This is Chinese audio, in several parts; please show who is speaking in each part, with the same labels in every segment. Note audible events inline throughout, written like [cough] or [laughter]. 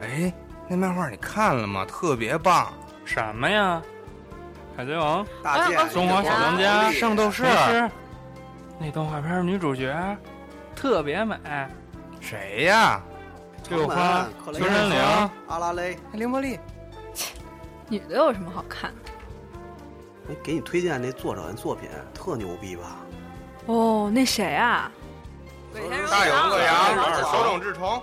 Speaker 1: 哎，那漫画你看了吗？特别棒，
Speaker 2: 什么呀？海贼王、
Speaker 3: 哎
Speaker 1: 大
Speaker 3: 啊
Speaker 1: 剑、
Speaker 2: 中华小当家
Speaker 1: 圣斗士
Speaker 2: 不那动画片女主角特别美，
Speaker 1: 谁呀？
Speaker 2: 六花、
Speaker 3: 柯
Speaker 2: 邱山灵、
Speaker 3: 阿拉蕾，
Speaker 1: 哎凌波丽，
Speaker 4: 女的有什么好看？
Speaker 3: 哎，给你推荐那作者的作品，特牛逼吧？
Speaker 4: 哦，那谁啊？
Speaker 3: 尾田荣
Speaker 1: 大有恶
Speaker 3: 大有恶
Speaker 1: 阳，
Speaker 3: 阳
Speaker 1: 手冢治虫。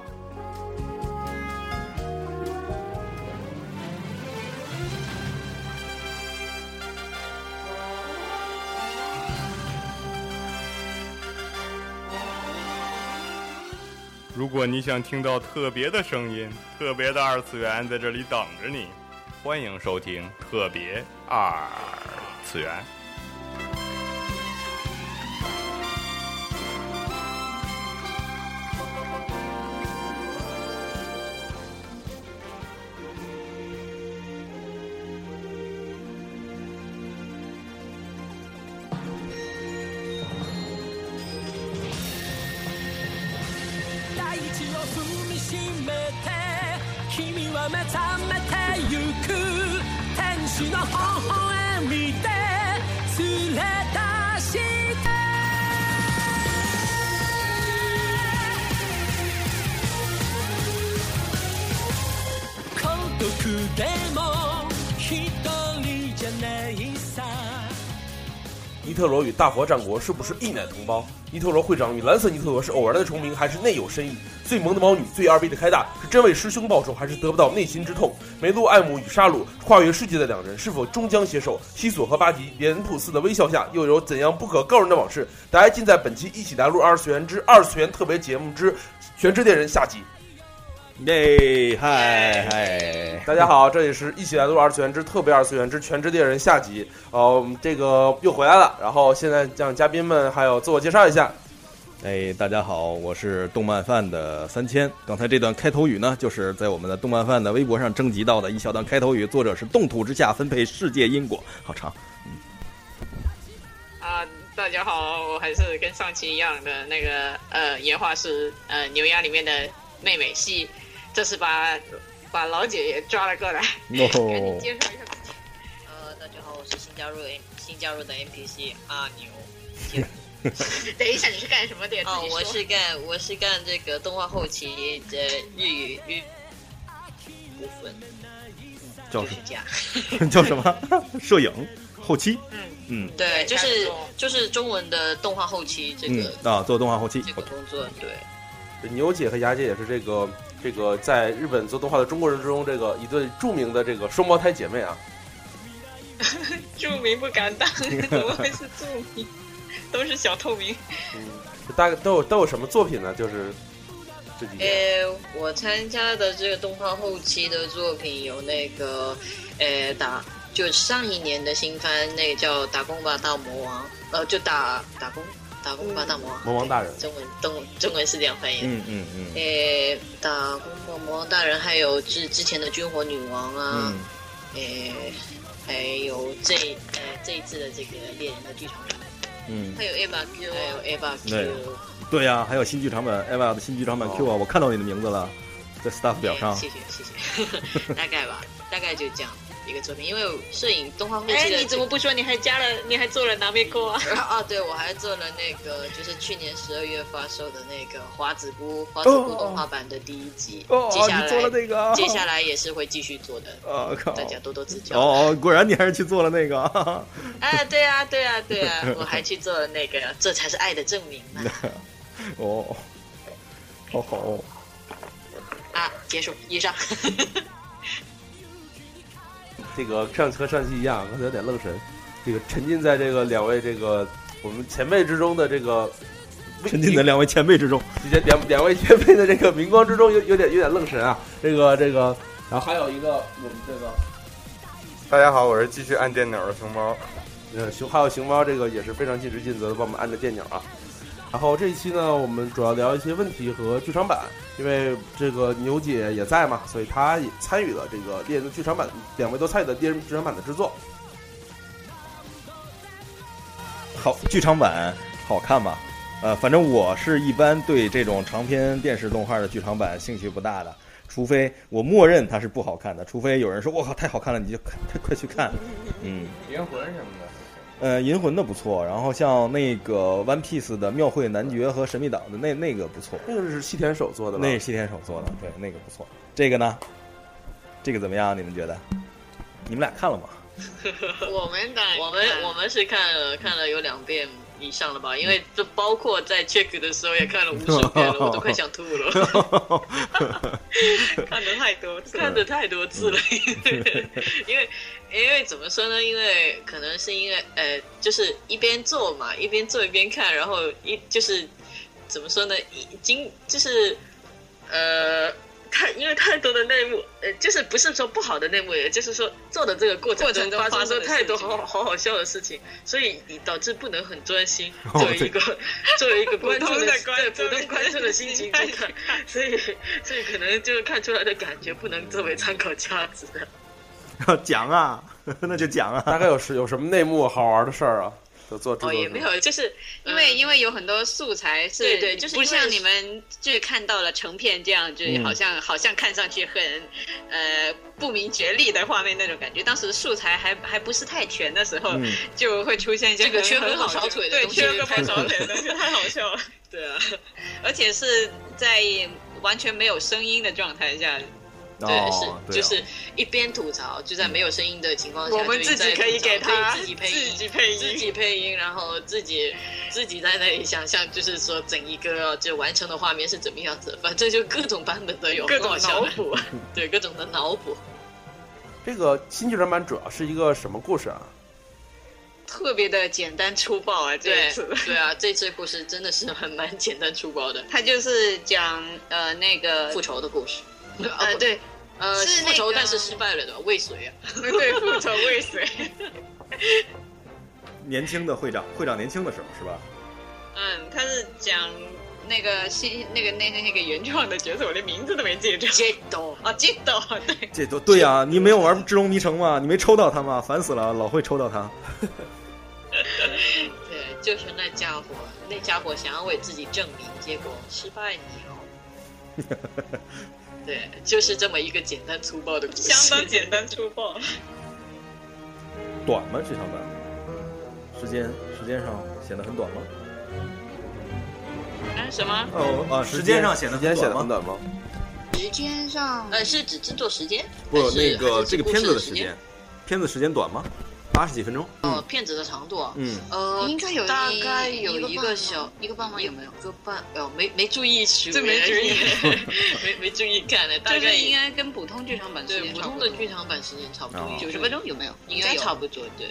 Speaker 5: 如果你想听到特别的声音，特别的二次元在这里等着你，欢迎收听特别二次元。
Speaker 6: 大地を踏みしめて君は目覚めてゆく天使の微笑みで連れ出して孤独でも一人じゃないさ
Speaker 7: 尼特罗与大和战国是不是一奶同胞？尼特罗会长与蓝色尼特罗是偶然的重名，还是内有深意？最萌的猫女，最二逼的开大，是真为师兄报仇，还是得不到内心之痛？梅露、艾姆与沙鲁跨越世界的两人，是否终将携手？西索和巴迪连普斯的微笑下，又有怎样不可告人的往事？大家尽在本期一起来录二次元之二次元特别节目之《全职猎人》下集。
Speaker 8: 耶嗨嗨！
Speaker 7: 大家好，这里是一起来录二次元之特别二次元之全职猎人下集。呃，我们这个又回来了，然后现在让嘉宾们还有自我介绍一下。
Speaker 8: 哎，大家好，我是动漫范的三千。刚才这段开头语呢，就是在我们的动漫范的微博上征集到的一小段开头语，作者是动土之下分配世界因果，好长。
Speaker 9: 啊，大家好，我还是跟上期一样的那个呃原画师呃牛丫里面的妹妹系，这次把把老姐也抓了过来，
Speaker 8: 哟、
Speaker 9: 赶紧介绍一下自己。
Speaker 10: 呃，大家好，我是新加入的 N- 新加入的 NPC 阿牛。 [laughs]
Speaker 9: 等一下你是干什么的？
Speaker 10: 哦
Speaker 9: 自己，说
Speaker 10: 我是干我是干这个动画后期的日语日部分。
Speaker 8: 叫
Speaker 9: 就是这样，
Speaker 8: 什 [laughs] 叫什么？摄影后期，
Speaker 9: 嗯，
Speaker 8: 嗯
Speaker 10: 对，就
Speaker 9: 差
Speaker 10: 是
Speaker 9: 不多
Speaker 10: 就是中文的动画后期这
Speaker 8: 嗯
Speaker 10: 个、
Speaker 8: 啊，做动画后期
Speaker 10: 这个工作。
Speaker 7: [laughs]
Speaker 10: 对，
Speaker 7: 牛姐和雅姐也是这个这个在日本做动画的中国人之中，这个一对著名的这个双胞胎姐妹啊。
Speaker 9: 著名不敢
Speaker 10: [laughs]
Speaker 9: 当，怎么会是著名？都是小透明。
Speaker 7: 嗯大概都有都有什么作品呢？就是这几年
Speaker 10: 呃，我参加的这个动画后期的作品有那个，呃，打就上一年的新番，那个叫《打工吧大魔王》，呃，就打打工打工吧大魔王，
Speaker 7: 魔王大人
Speaker 10: 中文中中文是这样翻译的。
Speaker 8: 嗯嗯嗯
Speaker 10: 诶，打工吧魔王大人，还有之之前的军火女王啊，
Speaker 8: 嗯，
Speaker 10: 诶、还有这呃这一次的这个猎人的剧场版，
Speaker 8: 嗯，
Speaker 10: 还有 Eva Q，还有 Eva
Speaker 8: 对
Speaker 10: Q，
Speaker 8: 对呀、还有新剧场版 EVA 的新剧场
Speaker 7: 哦
Speaker 8: 版 Q 啊，我看到你的名字了，在 staff 表上。
Speaker 10: 哎谢谢谢谢， [laughs] 大概吧，大概就这样一个作品。因为摄影动画后期的、
Speaker 9: 哎，你怎么不说？你还加了，你还做了南美沟啊？
Speaker 10: [laughs] 啊？对，我还做了那个，就是去年十二月发售的那个花子菇花子
Speaker 9: 哦
Speaker 10: 菇动画版的第一集，接下来、
Speaker 8: 那个
Speaker 10: [laughs] 接
Speaker 8: [laughs]
Speaker 10: 下来也是会继续做的，
Speaker 9: 哦
Speaker 8: 啊靠！
Speaker 10: 大家多多指教。
Speaker 8: 哦哦，果然你还是去做了那个。 [laughs]
Speaker 10: 哎，对啊，对啊，对啊，我还去做了那个，这才是爱的证明
Speaker 8: [laughs]
Speaker 10: 呢。
Speaker 8: 哦，好好哦，
Speaker 10: 啊，结束，以上。
Speaker 7: 这个上和上期一样，刚才有点愣神，这个沉浸在这个两位这个我们前辈之中的这个
Speaker 8: 沉浸在两位前辈
Speaker 9: [laughs]
Speaker 8: 之中。
Speaker 7: 两两两位前辈的这个明光之中有有点有点愣神啊，这个这个，然后还有一个我们这个
Speaker 5: 大家好，我是继续按电钮的熊猫。
Speaker 7: 呃熊还有熊猫这个也是非常尽职尽责的帮我们按着电钮啊。然后这一期呢，我们主要聊一些问题和剧场版，因为这个牛姐也在嘛，所以她也参与了这个猎人剧场版，两位都参与了猎人剧场版的制作。
Speaker 8: 好，剧场版好看吗？呃，反正我是一般对这种长篇电视动画的剧场版兴趣不大的，除非我默认它是不好看的，除非有人说“我靠，太好看了”， [laughs] 你就快快去看。嗯，
Speaker 5: 灵魂什么的。
Speaker 8: 呃，银魂的不错，然后像那个 One Piece 的妙会男爵和神秘岛的那那个
Speaker 7: [laughs]
Speaker 8: 不错，
Speaker 11: 那个是西田守做的吧？
Speaker 8: 那是西天手做的，对，那个不错。这个呢？这个怎么样？你们觉得？你们俩看了吗？
Speaker 9: [laughs] 我们的
Speaker 10: 我们我们是看了看了有两遍以上了吧，因为这包括在 check 的时候也看了五十遍了，我都快想吐
Speaker 9: [laughs]
Speaker 10: 了，
Speaker 9: 看的太多次了，
Speaker 10: 看的太多次了，因为 [laughs] 因为怎么说呢？因为可能是因为呃，就是一边做嘛，一边做一边看，然后一就是怎么说呢？已经就是呃。太因为太多的内幕，呃，就是不是说不好的内幕，也就是说做的这个过程
Speaker 9: 过程
Speaker 10: 中
Speaker 9: 中
Speaker 10: 发
Speaker 9: 发
Speaker 10: 生
Speaker 9: 生
Speaker 10: 了
Speaker 9: 的
Speaker 10: 太多
Speaker 9: 事情
Speaker 10: 好好好笑的事情，所以你导致不能很专心，作为一个、作为一个观
Speaker 9: [laughs]
Speaker 10: 众
Speaker 9: 普通的观
Speaker 10: 对
Speaker 9: 众
Speaker 10: 普通观众的心情去看，所以所以可能就是看出来的感觉不能作为参考价值的。
Speaker 8: 讲啊，那就讲啊。
Speaker 11: 大概有是有什么内幕好玩的事儿啊？就做制作
Speaker 10: 哦，也没有，就是
Speaker 9: 因为、
Speaker 10: 嗯
Speaker 9: 因为有很多素材是，
Speaker 10: 对对就是
Speaker 9: 不
Speaker 10: 因为
Speaker 9: 像你们就是看到了成片这样，就是
Speaker 8: 嗯
Speaker 9: 好像、好像看上去很呃不明觉厉的画面那种感觉。当时素材还还不是太全的时候，
Speaker 8: 嗯，
Speaker 9: 就会出现一些
Speaker 10: 这个
Speaker 9: 很
Speaker 10: 缺
Speaker 9: 很
Speaker 10: 胳膊
Speaker 9: 好
Speaker 10: 少
Speaker 9: 笑
Speaker 10: 腿的
Speaker 9: 对
Speaker 10: 东西
Speaker 9: 缺胳膊少腿的东西太好笑了，
Speaker 10: [laughs] 对啊，
Speaker 9: 而且是在完全没有声音的状态下，
Speaker 10: 对是、
Speaker 8: 哦，对
Speaker 10: 就
Speaker 8: 哦
Speaker 10: 是一边吐槽，就在没有声音的情况下，
Speaker 9: 我们自己可以给他
Speaker 10: 他自己配音，
Speaker 9: 配
Speaker 10: 自己配音，然后自己自己在那里想象，就是说整一个就完成的画面是怎么样子，反正就各种版本都有，
Speaker 9: 各种
Speaker 10: 很好笑的
Speaker 9: 脑补，
Speaker 10: 对各种的脑补。
Speaker 11: 这个新剧场版主要是一个什么故事啊？
Speaker 9: 特别的简单粗暴啊，这一
Speaker 10: 对
Speaker 9: 次。
Speaker 10: 对啊，这次故事真的是很蛮简单粗暴的
Speaker 9: [laughs] 他就是讲呃那个
Speaker 10: 复仇的故事，
Speaker 9: 呃对
Speaker 10: 呃
Speaker 9: 是那
Speaker 10: 复仇
Speaker 9: 个
Speaker 10: 但是失败了的为谁啊？
Speaker 9: [laughs] 对复仇未遂，
Speaker 8: 年轻的会长，会长年轻的时候是吧？
Speaker 9: 嗯，他是讲那个新那个那那那个原创的角色，我连名字都没记住。
Speaker 10: 杰斗
Speaker 9: 啊，记得对，
Speaker 8: 这都对呀、你没有玩《智龙迷城》吗？你没抽到他吗？烦死了，老会抽到他。
Speaker 10: 对，就是那家伙，那家伙想要为自己证明，结果失败你哦。
Speaker 9: [laughs]
Speaker 10: 对，就是这么一个简单粗暴的故事，
Speaker 9: 相当简单粗暴。
Speaker 8: 短吗？这场版时间时间上显得很短吗？
Speaker 10: 哎
Speaker 9: 啊什么？
Speaker 8: 哦啊，
Speaker 11: 时
Speaker 8: 间上
Speaker 11: 时
Speaker 8: 得
Speaker 11: 间
Speaker 8: 很
Speaker 11: 显
Speaker 8: 短
Speaker 11: 得很？
Speaker 8: 吗
Speaker 11: 短吗？
Speaker 10: 时间上，呃，是指制作时间？
Speaker 8: 不，
Speaker 10: 还是
Speaker 8: 那
Speaker 10: 还
Speaker 8: 个
Speaker 10: 是
Speaker 8: 哎啊这个
Speaker 10: 故
Speaker 8: 片子的
Speaker 10: 事的
Speaker 8: 时
Speaker 10: 时
Speaker 8: 间嗯
Speaker 10: 间，
Speaker 8: 片子时间短吗？
Speaker 11: 八十几分钟，
Speaker 10: 哦，片子的长度啊，
Speaker 8: 嗯，
Speaker 10: 呃，
Speaker 6: 应该有一
Speaker 10: 大概有
Speaker 6: 一个
Speaker 10: 一
Speaker 6: 半吧
Speaker 10: 个小一个半吗？
Speaker 6: 有
Speaker 10: 没有一个半？哦，没没注意数，
Speaker 9: 这没注意，
Speaker 10: [laughs] 没没注意看呢，大
Speaker 6: 就
Speaker 10: 概
Speaker 6: 是应该跟普通剧场版时
Speaker 10: 对
Speaker 6: 间
Speaker 10: 普
Speaker 6: 差
Speaker 10: 通
Speaker 6: 不
Speaker 10: 的
Speaker 6: 多
Speaker 10: 剧场版时间差不
Speaker 8: 哦
Speaker 10: 多，
Speaker 6: 九十分钟有没有？
Speaker 10: 应该
Speaker 6: 有
Speaker 10: 差不多，对。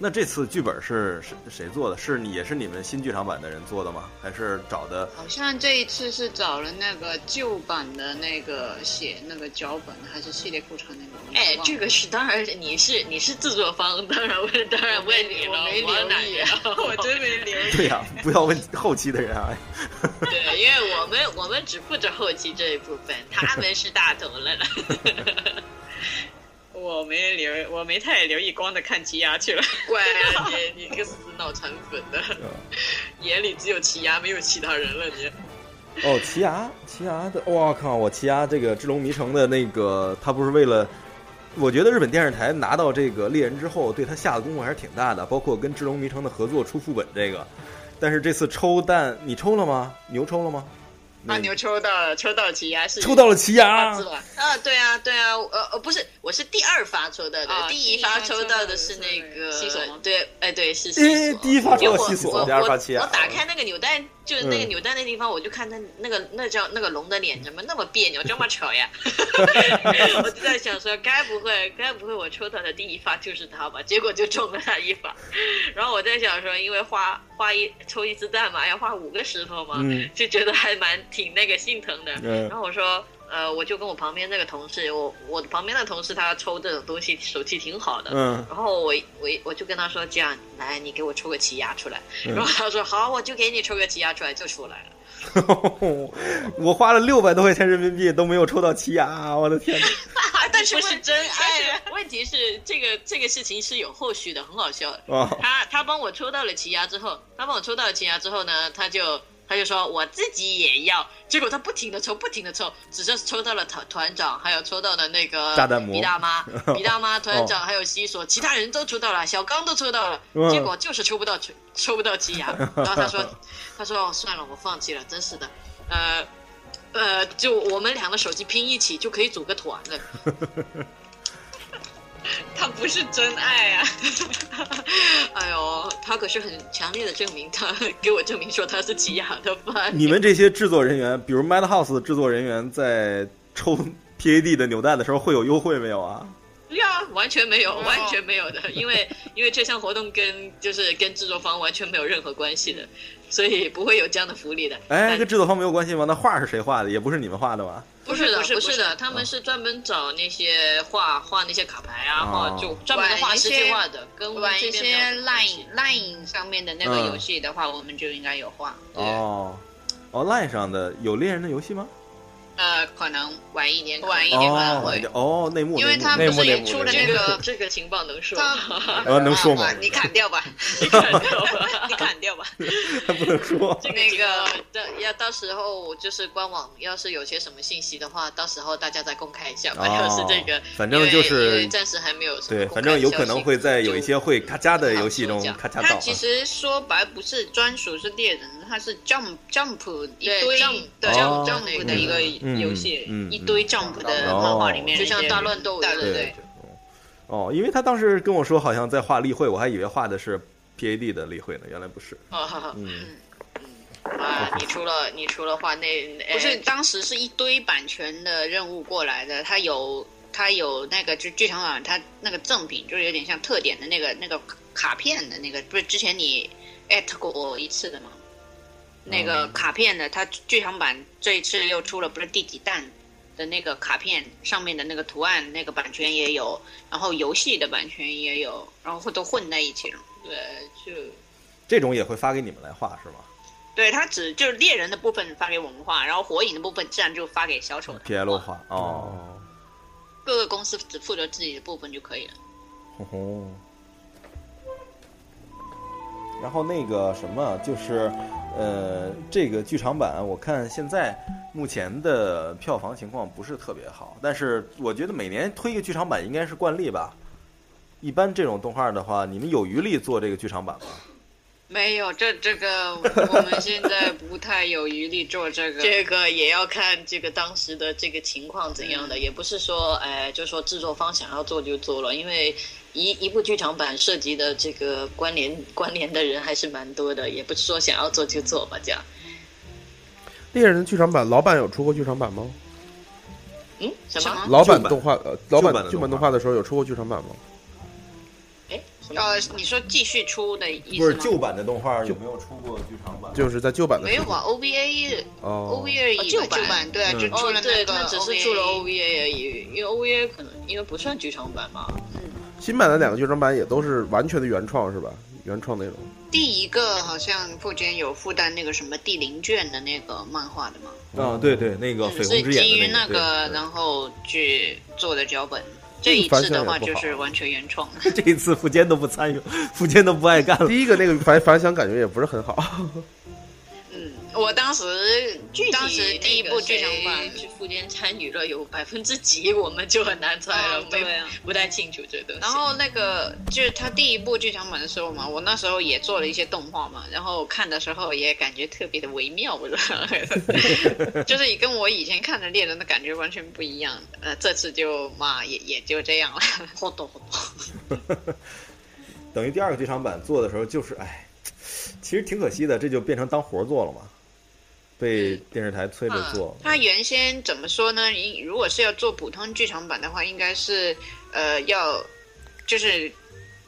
Speaker 8: 那这次剧本是谁谁做的？是你也是你们新剧场版的人做的吗？还是找的？
Speaker 6: 好像这一次是找了那个旧版的那个写那个脚本还是系列裤衩那个？我
Speaker 10: 哎
Speaker 6: 忘，了
Speaker 10: 这个是当然，你是你是制作方，当然问当然问你了，
Speaker 6: 我没
Speaker 10: 我哪
Speaker 6: 留意
Speaker 10: 知道？ [laughs]
Speaker 9: 我真没留意。
Speaker 8: 对呀、不要问后期的人啊。
Speaker 10: 对，因为我们我们只负责后期这一部分，他们是大头了了。
Speaker 9: [laughs] 我没留，我没太留意，光着看奇牙去了。
Speaker 10: 怪
Speaker 9: [laughs]
Speaker 10: 了你，你个死脑残粉的，眼里只有奇牙，没有其他人了你。
Speaker 8: 哦，奇牙，奇牙的，我靠，我奇牙这个《智龙迷城》的那个，他不是为了，我觉得日本电视台拿到这个猎人之后，对他下的功夫还是挺大的，包括跟《智龙迷城》的合作出副本这个。但是这次抽蛋，你抽了吗？牛抽了吗？
Speaker 9: 啊，
Speaker 8: 那
Speaker 9: 牛抽到了，抽到奇牙是
Speaker 8: 抽到了奇牙
Speaker 10: 是，吧？ [laughs] 啊，对啊，对啊，呃呃，不是，我是第二发抽到的，
Speaker 9: 啊
Speaker 10: 第一发抽到的是那个
Speaker 9: 西索吗
Speaker 10: 对，哎对，是西
Speaker 8: 哎，
Speaker 10: 索。
Speaker 8: 第一发抽
Speaker 10: 因
Speaker 8: 到
Speaker 10: 为
Speaker 8: 西
Speaker 10: 我
Speaker 8: 索
Speaker 10: 我
Speaker 11: 第，二发七啊
Speaker 10: 我打开那个扭蛋，就是那个
Speaker 8: 嗯
Speaker 10: 扭蛋那地方，我就看他那个那叫那个龙的脸怎么那么别扭，这 [laughs] 么
Speaker 8: [laughs]
Speaker 10: 丑呀！我就在想说，该不会该不会我抽到的第一发就是他吧？结果就中了他一发。然后我在想说，因为花花一抽一次蛋嘛，要花五个石头嘛，
Speaker 8: 嗯
Speaker 10: 就觉得还蛮挺那个心疼的。
Speaker 8: 嗯
Speaker 10: 然后我说，呃，我就跟我旁边那个同事，我我旁边的同事他抽这种东西手气挺好的，
Speaker 8: 嗯，
Speaker 10: 然后我我我就跟他说这样，来你给我抽个奇牙出来。然后他说好，我就给你抽个奇牙出来，就出来了。
Speaker 8: 嗯我花了六百多块钱人民币都没有抽到奇牙，我的天哪！
Speaker 10: 啊， [laughs] 但是
Speaker 9: 不是
Speaker 10: 问哎
Speaker 9: 真爱
Speaker 10: 但是问题是这个这个事情是有后续的，很好笑的。
Speaker 8: 啊，
Speaker 10: 他他帮我抽到了奇牙之后，他帮我抽到了奇牙之后呢，他就他就说我自己也要，结果他不停的抽，不停的抽，只是抽到了团团长，还有抽到的那个
Speaker 8: 炸弹魔哦
Speaker 10: 比
Speaker 8: [laughs]
Speaker 10: 大妈、比大妈、团长，还有西索，其他人都抽到了，小刚都抽到了，
Speaker 8: 嗯
Speaker 10: 结果就是抽不到抽抽不到奇
Speaker 8: [laughs]
Speaker 10: 牙。然后他说他说哦算了，我放弃了，真是的，呃呃，就我们两个手机拼一起就可以组个团了。 [laughs] 他不是真爱啊！哎呦，他可是很强烈的证明他，给我证明说他是奇亚的吧？
Speaker 8: 你们这些制作人员，比如 Madhouse 的制作人员，在抽 PAD 的扭蛋的时候会有优惠没有啊？
Speaker 10: 呀，完全没有，完全没有的，因为因为这项活动跟就是跟制作方完全没有任何关系的，所以不会有这样的福利的。
Speaker 8: 哎，跟制作方没有关系吗？那画是谁画的？也不是你们画的吧？
Speaker 10: 不是的，不是的，他们是专门找那些画画那些卡牌啊，
Speaker 8: 哦
Speaker 10: 画就专门的画师去画的，跟我们
Speaker 6: 玩
Speaker 10: 这
Speaker 6: 一
Speaker 10: 边没有
Speaker 6: 些 Line Line 上面的那个
Speaker 8: 嗯
Speaker 6: 游戏的话，我们就应该有画。
Speaker 8: 哦，哦，Line 上的有猎人的游戏吗？
Speaker 6: 呃，可能晚一点，
Speaker 10: 晚一点吧。
Speaker 8: 哦，哦，内幕，
Speaker 6: 因为
Speaker 8: 内幕
Speaker 6: 他
Speaker 8: 内
Speaker 6: 不
Speaker 8: 幕
Speaker 6: 是
Speaker 8: 内
Speaker 6: 也
Speaker 8: 幕
Speaker 6: 出了
Speaker 8: 内
Speaker 6: 那
Speaker 8: 幕
Speaker 6: 个
Speaker 10: [laughs] 这个情报能
Speaker 6: [laughs]
Speaker 10: 说
Speaker 6: 他
Speaker 8: 呃能说吗
Speaker 6: 啊你砍 [laughs] 掉吧，
Speaker 10: 你砍掉吧，你砍掉吧。
Speaker 8: 还 [laughs] 不能说。
Speaker 6: [laughs]
Speaker 10: 那个的要到时候就是官网，要是有些什么信息的话，到时候大家再公开一下吧。
Speaker 8: 哦
Speaker 10: [laughs] 要是这个，
Speaker 8: 反正就
Speaker 10: 因为因
Speaker 8: 是
Speaker 10: 为暂时还没有什么
Speaker 8: 对，
Speaker 10: 公开
Speaker 8: 反正有
Speaker 10: 消息
Speaker 8: 可能会在有一些会咔嚓的游戏中
Speaker 10: 就
Speaker 8: 咔嚓
Speaker 6: 他
Speaker 8: 到。
Speaker 6: 其实说白不是专属是猎人，他是 jump jump 一
Speaker 10: 对
Speaker 6: 堆
Speaker 10: jump-
Speaker 6: 的
Speaker 8: 哦
Speaker 6: jump 的一个
Speaker 8: 嗯
Speaker 6: 游戏，
Speaker 8: 嗯嗯
Speaker 6: 一堆 jump 的
Speaker 8: 哦
Speaker 6: 漫画里面的
Speaker 10: 就
Speaker 6: 一些，
Speaker 10: 像大乱斗一
Speaker 6: 对
Speaker 10: 样
Speaker 6: 对对，
Speaker 8: 哦，因为他当时跟我说好像在画例会，我还以为画的是 PAD 的例会呢，原来不是。
Speaker 10: 哦好好
Speaker 8: 嗯，
Speaker 6: [laughs]
Speaker 10: 啊，你除了你除了画那
Speaker 6: 不是
Speaker 10: 哎
Speaker 6: 呃当时是一堆版权的任务过来的，他有他有那个就剧场版，他那个赠品就是有点像特点的那个那个卡片的那个，不是之前你艾特过我一次的吗？那个卡片的，它剧场版这一次又出了，不是第几弹的那个卡片上面的那个图案，那个版权也有，然后游戏的版权也有，然后都混在一起了。
Speaker 10: 对就
Speaker 8: 这种也会发给你们来画是吗
Speaker 6: 对，它只就是猎人的部分发给我们画，然后火影的部分自然就发给小丑了。
Speaker 8: ？PL 画
Speaker 6: 嗯
Speaker 8: 哦，
Speaker 6: 各个公司只负责自己的部分就可以了。
Speaker 8: 吼吼。然后那个什么，就是，呃，这个剧场版我看现在目前的票房情况不是特别好，但是我觉得每年推一个剧场版应该是惯例吧。一般这种动画的话，你们有余力做这个剧场版吗？
Speaker 6: 没有，这这个我们现 [laughs] 在不太有余力做这个
Speaker 10: 这个也要看这个当时的这个情况怎样
Speaker 6: 嗯
Speaker 10: 的，也不是说，哎，就说制作方想要做就做了，因为一一部剧场版涉及的这个关联关联的人还是蛮多的，也不是说想要做就做吧，这样。
Speaker 7: 猎人的剧场版，老版有出过剧场版吗？
Speaker 10: 嗯，什么？
Speaker 6: 啊
Speaker 7: 老版动画，呃，老版
Speaker 8: 旧版
Speaker 7: 动画的时候有出过剧场版吗？
Speaker 6: 呃，你说继续出的意
Speaker 8: 不
Speaker 6: 思
Speaker 8: 是
Speaker 6: 吗？
Speaker 8: 旧版的动画有没有出过剧场版？
Speaker 7: 就是在旧版的
Speaker 6: 没
Speaker 7: 时
Speaker 6: 有啊
Speaker 7: 候
Speaker 6: 吧？OVA
Speaker 7: 哦
Speaker 6: OVA 而已吧，旧
Speaker 10: 版
Speaker 6: 版对啊，
Speaker 7: 嗯
Speaker 6: 就出了
Speaker 10: 哦、对
Speaker 6: 那
Speaker 10: 他
Speaker 6: 个
Speaker 10: 只是出了 OVA 而已，因为 OVA 可能因为不算剧场版嘛。
Speaker 7: 新版的两个剧场版也都是完全的原创是吧？原创内容。
Speaker 6: 第一个好像富坚有附带那个什么第零卷的那个漫画的嘛，
Speaker 8: 啊，对对，那个
Speaker 6: 嗯
Speaker 8: 绯
Speaker 6: 是
Speaker 8: 红之
Speaker 6: 基于
Speaker 8: 眼的那
Speaker 6: 个，然后去做的脚本。这一次的话就是完全原创的，
Speaker 8: 对 [laughs] 这一次富坚都不参与，富坚都不爱干了。
Speaker 7: 第一个那个反反响感觉也不是很
Speaker 6: [laughs]
Speaker 7: 好。
Speaker 6: 嗯，我当时当时第一部剧场版，
Speaker 10: 去富坚参与了有百分之几，我们就很难猜了，
Speaker 6: 嗯
Speaker 10: 没
Speaker 6: 对啊
Speaker 10: 不太清楚这个东西。
Speaker 6: 然后那个就是他第一部剧场版的时候嘛，我那时候也做了一些动画嘛，然后看的时候也感觉特别的微妙，我知 [laughs] 道，就是跟我以前看的猎人的感觉完全不一样。呃，这次就嘛也也就这样了，好多好多。
Speaker 8: 等于第二个剧场版做的时候，就是哎，其实挺可惜的，这就变成当活儿做了嘛，被电视台催着做。
Speaker 6: 他原先怎么说呢？应如果是要做普通剧场版的话，应该是呃要就是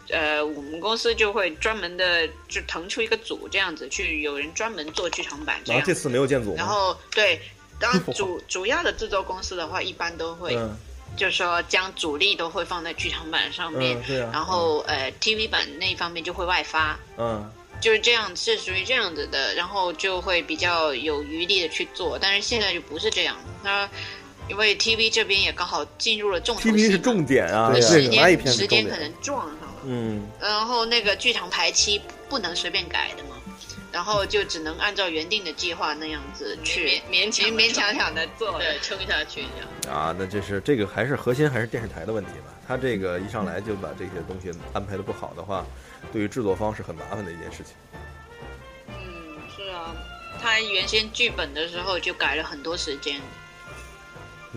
Speaker 6: 呃我们公司就会专门的就腾出一个组这样子去，有人专门做剧场版这
Speaker 8: 然后。
Speaker 6: 样
Speaker 8: 这次没有建组
Speaker 6: 然
Speaker 8: 吗？
Speaker 6: 后对，当然主主要的制作公司的话，一般都会、
Speaker 8: 嗯，
Speaker 6: 就是说将主力都会放在剧场版上面，
Speaker 8: 嗯对啊
Speaker 6: 然后、呃 TV 版那一方面就会外发，
Speaker 8: 嗯，
Speaker 6: 就是这样，是属于这样子的，然后就会比较有余力的去做，但是现在就不是这样了，那。因为 TV 这边也刚好进入了重头
Speaker 8: t v
Speaker 6: 戏
Speaker 8: 是重点啊，
Speaker 7: 对
Speaker 6: 时
Speaker 7: 这个蚂
Speaker 6: 间
Speaker 7: 蚁片是
Speaker 6: 时
Speaker 7: 重
Speaker 6: 间可
Speaker 7: 点。
Speaker 6: 能撞上了，
Speaker 8: 嗯，
Speaker 6: 然后那个剧场排期不能随便改的嘛，然后就只能按照原定的计划那样子去
Speaker 9: 勉强地
Speaker 6: 勉强强的做，
Speaker 9: 对，撑下去这样。
Speaker 8: 啊，那这是这个还是核心还是电视台的问题吧？他这个一上来就把这些东西安排的不好的话，对于制作方是很麻烦的一件事情。 [laughs]
Speaker 9: 嗯，是啊，他原先剧本的时候就改了很多时间，
Speaker 8: 嗯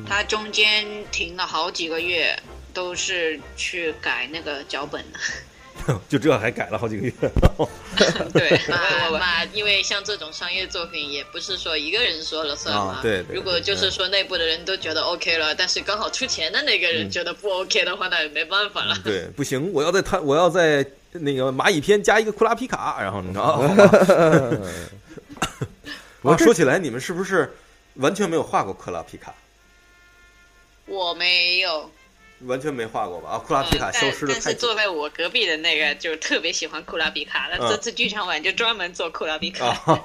Speaker 9: 他中间停了好几个月，都是去改那个脚
Speaker 8: [laughs]
Speaker 9: 本的。
Speaker 8: 就这还改了好几个月， [laughs]
Speaker 9: 对
Speaker 10: 那那因为像这种商业作品，也不是说一个人说了算嘛。
Speaker 8: 啊对对
Speaker 10: 如果就是说内部的人都觉得 OK 了，但是刚好出钱的那个人
Speaker 8: 嗯
Speaker 10: 觉得不 OK 的话，那也没办法了。
Speaker 8: [laughs] 对，不行，我要在他，我要在那个蚂蚁篇加一个库拉皮卡，然后你知道 [laughs] 哦吗？我说起来，你们是不是完全没有画过库拉皮卡？
Speaker 9: 我没有，
Speaker 8: 完全没画过
Speaker 10: 呃
Speaker 8: 吧？啊，库拉皮卡消
Speaker 9: 但
Speaker 8: 失的
Speaker 9: 但
Speaker 8: 太
Speaker 9: 是
Speaker 8: 久
Speaker 9: 坐在我隔壁的那个就特别喜欢库拉比卡，那
Speaker 8: 嗯
Speaker 9: 这次剧场版就专门做库拉比
Speaker 10: [laughs]
Speaker 9: 卡。
Speaker 8: [laughs] 啊！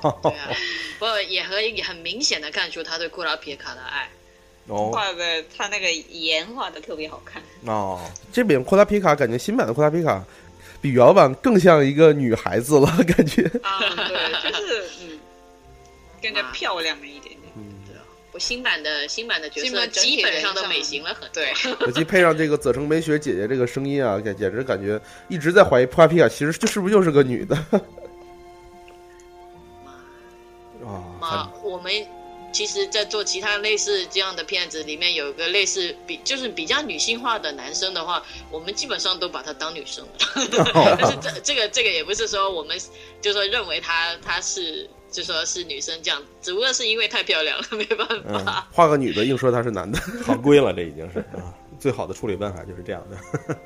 Speaker 10: 不过也和也很明显的看出他对库拉皮卡的爱。
Speaker 8: 哦
Speaker 9: [laughs] 画的他那个盐画的特别好看，
Speaker 8: 哦，
Speaker 7: 这饼库拉皮卡感觉新版的库拉皮卡比原版更像一个女孩子了，感觉。
Speaker 9: 啊，对，就是 [laughs] 嗯，更加漂亮了一点点。
Speaker 10: 我新版的新版的角
Speaker 9: 新
Speaker 10: 色
Speaker 9: 版整体
Speaker 10: 基本
Speaker 9: 人
Speaker 10: 上都
Speaker 9: 上
Speaker 10: 美型了很多。
Speaker 7: 尤其配上这个泽城美雪姐姐这个声音啊，简简直感觉一直在怀疑库拉皮卡其实就是不是又是个女的。
Speaker 10: [laughs] 嘛，我们其实，在做其他类似这样的片子里面，有一个类似比就是比较女性化的男生的话，我们基本上都把他当女生
Speaker 8: [laughs]
Speaker 10: 了。但是这这个这个也不是说我们就说认为他他是就说是女生这样，只不过是因为太漂亮了，没办法。
Speaker 7: 嗯，画个女的硬说她是男的，
Speaker 8: 行规了，这已经是啊，最好的处理办法就是这样的。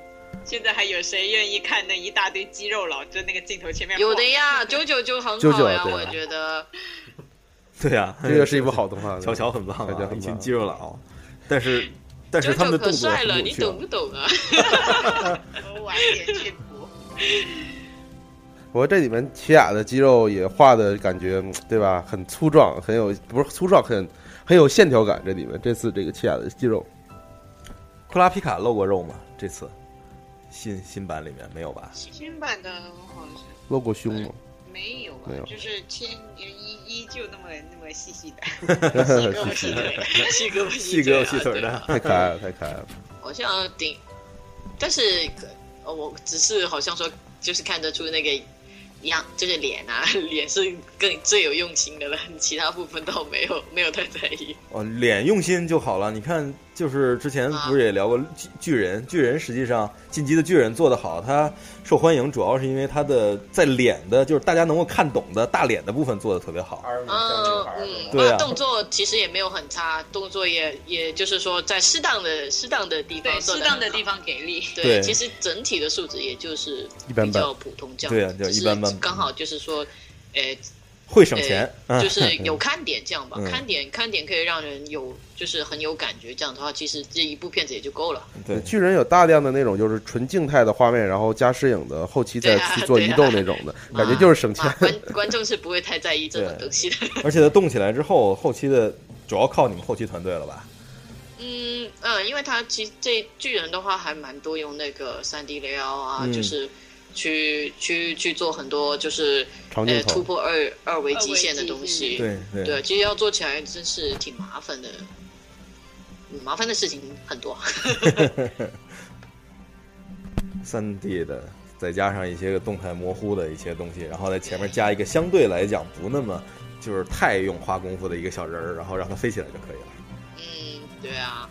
Speaker 6: 现在还有谁愿意看那一大堆肌肉佬在那个镜头前面？
Speaker 10: 有的，呀，九九就很
Speaker 8: 九九
Speaker 10: 好呀，
Speaker 8: 对
Speaker 10: 我觉得。
Speaker 8: 对哎呀、
Speaker 7: 这个是一部好动画，
Speaker 8: 乔乔很棒
Speaker 7: 乔乔很
Speaker 8: 啊，
Speaker 7: 棒
Speaker 8: 一群肌肉佬，但是但是他们的
Speaker 10: 可
Speaker 8: 动作
Speaker 10: 帅
Speaker 8: 很
Speaker 10: 了，
Speaker 8: 有
Speaker 10: 你
Speaker 8: 趣啊
Speaker 10: 懂不懂
Speaker 8: [laughs]
Speaker 10: 啊？
Speaker 6: 我晚一点去补。
Speaker 7: 不过这里面奇雅的肌肉也画的感觉，嗯对吧？很粗壮，很有不是粗壮，很很有线条感。这里面这次这个奇雅的肌肉，
Speaker 8: 库拉皮卡露过肉吗？这次新新版里面没有吧？
Speaker 6: 新版的好像是
Speaker 7: 露过胸吗？
Speaker 6: 没有
Speaker 8: 没有，
Speaker 6: 啊，就是天依依旧那么那么细细的细
Speaker 8: 的
Speaker 6: 的，
Speaker 10: [laughs] 细胳膊
Speaker 8: 细胳膊细腿的，
Speaker 7: 太可爱了，太可爱了。
Speaker 10: 好像顶，但是呃我只是好像说，就是看得出那个样，就是脸啊， [laughs] 脸是更最有用心的了，其他部分倒没有没有太在意。
Speaker 8: 哦，脸用心就好了。你看，就是之前
Speaker 10: 啊
Speaker 8: 不是也聊过巨巨人？巨人实际上进击的巨人做得好，他受欢迎主要是因为他的在脸的，就是大家能够看懂的大脸的部分做得特别好。
Speaker 10: 嗯嗯，
Speaker 8: 对啊
Speaker 10: 那动作其实也没有很差，动作也也就是说在适当的适当的地方
Speaker 9: 对，
Speaker 10: 做
Speaker 9: 适
Speaker 10: 得
Speaker 9: 当的
Speaker 10: 很好
Speaker 9: 地方给力。
Speaker 10: 对，
Speaker 8: 对
Speaker 10: 其实整体的素质也就是
Speaker 8: 一般般
Speaker 10: 比较普通这样子，
Speaker 8: 对啊就
Speaker 10: 只是
Speaker 8: 一般般
Speaker 10: 刚好就是说，呃，
Speaker 8: 会省钱 [laughs]
Speaker 10: 呃
Speaker 8: 嗯
Speaker 10: 就是有看点这样吧，
Speaker 8: 嗯
Speaker 10: 看点看点可以让人有就是很有感觉，这样的话，其实这一部片子也就够了。
Speaker 8: 对，
Speaker 7: 巨人有大量的那种就是纯静态的画面，然后加摄影的，后期再
Speaker 10: 对啊
Speaker 7: 去做移动那种的，感觉就是省钱。
Speaker 10: 观观众是不会太在意这种东西的。 [laughs]
Speaker 8: 而且它动起来之后，后期的主要靠你们后期团队了吧？
Speaker 10: 嗯嗯，因为他其实这巨人的话还蛮多用那个三 D 雷奥啊，
Speaker 8: 嗯
Speaker 10: 就是去去去做很多就是
Speaker 8: 长镜
Speaker 10: 呃
Speaker 8: 头
Speaker 10: 突破二二维
Speaker 9: 二
Speaker 10: 极
Speaker 9: 维
Speaker 10: 限的
Speaker 9: 极
Speaker 10: 东
Speaker 9: 限
Speaker 10: 西。
Speaker 8: 对对
Speaker 10: 其实要做起来真是挺麻烦的，嗯麻烦的事情很多。
Speaker 8: 三 D 的，再加上一些个动态模糊的一些东西，然后在前面加一个相对来讲不那么就是太用花功夫的一个小人儿，然后让它飞起来就可以了。嗯
Speaker 10: 对啊，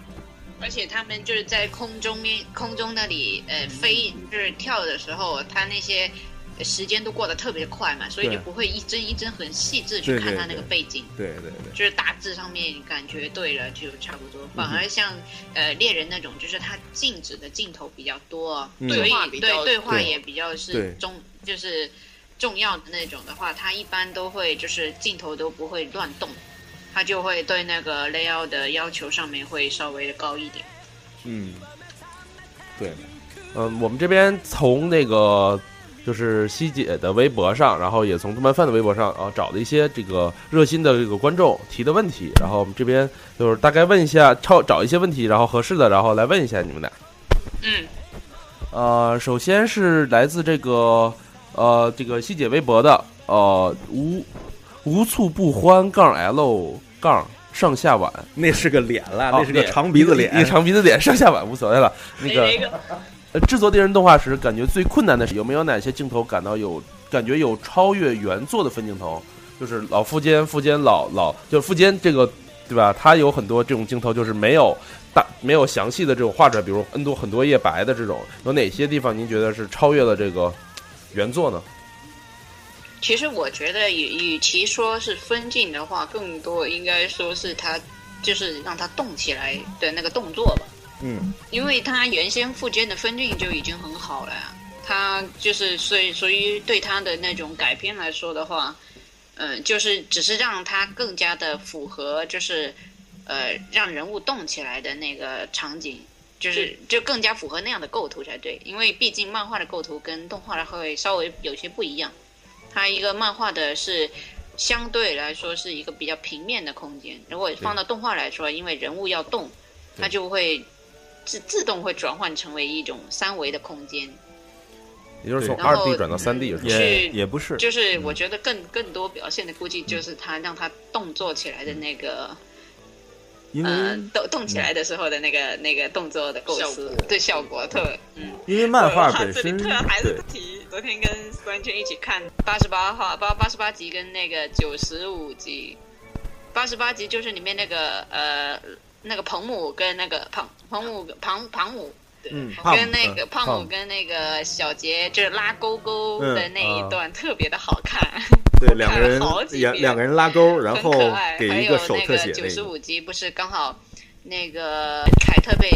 Speaker 6: 而且他们就是在空中面空中那里呃飞，就是跳的时候，他那些呃时间都过得特别快嘛，所以
Speaker 8: 对
Speaker 6: 就不会一帧一帧很细致去看他那个背景。
Speaker 8: 对对对对，
Speaker 6: 就是大致上面感觉对了就差不多，反
Speaker 8: 嗯
Speaker 6: 而像呃猎人那种，就是他静止的镜头比较多，
Speaker 8: 嗯
Speaker 6: 所以
Speaker 10: 对话比较
Speaker 6: 对对话
Speaker 10: 对
Speaker 6: 也比较
Speaker 8: 对
Speaker 6: 是中就是重要的那种的话，他一般都会就是镜头都不会乱动，他就会对那个 layout 的要求上面会稍微的高一点。
Speaker 8: 嗯，对，
Speaker 7: 嗯，我们这边从那个就是西姐的微博上，然后也从动漫饭的微博上啊找了一些这个热心的这个观众提的问题，然后我们这边就是大概问一下，超找一些问题，然后合适的，然后来问一下你们俩。
Speaker 6: 嗯，
Speaker 7: 呃，首先是来自这个呃，这个西姐微博的呃无无醋不欢杠 L 杠上下碗，
Speaker 8: 那是个脸啦
Speaker 7: 哦
Speaker 8: 那是个长鼻子脸
Speaker 7: 一个长鼻子脸上下碗无所谓了。那
Speaker 12: 没
Speaker 7: 个呃制作电视动画时，感觉最困难的是有没有哪些镜头感到有感觉有超越原作的分镜头？就是老富坚，富坚老老就是富坚这个对吧？他有很多这种镜头，就是没有大没有详细的这种画出来，比如 N 多很多页白的这种，有哪些地方您觉得是超越了这个原作呢？
Speaker 10: 其实我觉得与与其说是分镜的话，更多应该说是他就是让他动起来的那个动作吧。
Speaker 8: 嗯，
Speaker 10: 因为他原先富坚的分镜就已经很好了呀，他就是所以所以对他的那种改编来说的话，嗯、就是只是让他更加的符合就是呃让人物动起来的那个场景，就是就更加符合那样的构图才对，因为毕竟漫画的构图跟动画的会稍微有些不一样，它一个漫画的是。相对来说是一个比较平面的空间，如果放到动画来说，因为人物要动，它就会自自动会转换成为一种三维的空间，
Speaker 8: 嗯
Speaker 7: 也就是从
Speaker 10: 对
Speaker 7: 二
Speaker 10: 然后
Speaker 7: D 转到三 D 是吧？
Speaker 10: 去就是我觉得更更多表现的估计就是他让他动作起来的那个，
Speaker 8: 因为
Speaker 10: 呃，动动起来的时候的那个、那个动作的构思，对效果特，嗯，
Speaker 8: 因为漫画
Speaker 10: 我
Speaker 8: 本身
Speaker 10: 这里特还是
Speaker 8: 对
Speaker 10: 提，昨天跟关圈一起看八十八话八八十八集跟那个九十五集，八十八集就是里面那个呃那个彭母跟那个庞彭母庞庞母。
Speaker 8: 嗯，
Speaker 10: 跟那个胖虎
Speaker 8: 胖嗯
Speaker 10: 跟那个小杰就是拉勾勾的那
Speaker 8: 啊
Speaker 10: 一段特别的好看， [laughs]
Speaker 8: 对两个人
Speaker 10: 看了好几
Speaker 8: 两
Speaker 10: 遍
Speaker 8: 两个人拉钩，然
Speaker 10: 很
Speaker 8: 后
Speaker 10: 可爱。还
Speaker 8: 给一
Speaker 10: 有
Speaker 8: 手
Speaker 10: 那
Speaker 8: 特
Speaker 10: 个
Speaker 8: 写
Speaker 10: 九
Speaker 8: 那
Speaker 10: 十
Speaker 8: 个，
Speaker 10: 五集不是刚好那个凯特被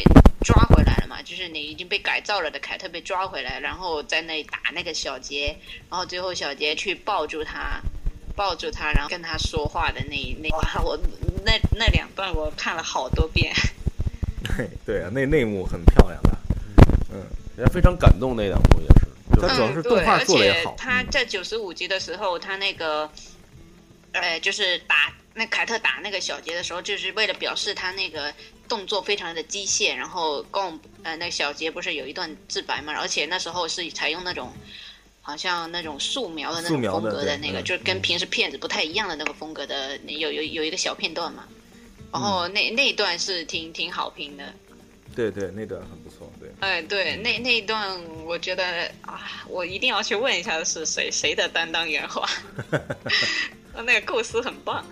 Speaker 10: 抓回来了嘛？就是你已经被改造了的凯特被抓回来，然后在那里打那个小杰，然后最后小杰去抱住他。抱住他，然后跟他说话的那那 [laughs] 哇，我那那两段我看了好多遍。
Speaker 8: 对对啊，那那一幕很漂亮的，嗯，
Speaker 7: 人家非常感动那两幕也是，
Speaker 8: 他主要是动画做的也好
Speaker 10: 嗯嗯对而且，他在九十五集的时候，他那个，呃，就是打那凯特打那个小杰的时候，就是为了表示他那个动作非常的机械，然后共呃那小杰不是有一段自白嘛，而且那时候是采用那种。好像那种素描的那
Speaker 8: 素
Speaker 10: 种
Speaker 8: 描的
Speaker 10: 风格
Speaker 8: 对
Speaker 10: 那个，
Speaker 8: 嗯
Speaker 10: 就是跟平时骗子不太一样的那个风格的，有有有一个小片段嘛。
Speaker 8: 嗯
Speaker 10: 然后那那一段是挺挺好评的，
Speaker 8: 对对，那段很不错，对。
Speaker 10: 哎，对，那那一段我觉得啊，我一定要去问一下是谁谁的担当
Speaker 8: [laughs]
Speaker 10: 原画，那个构思很棒。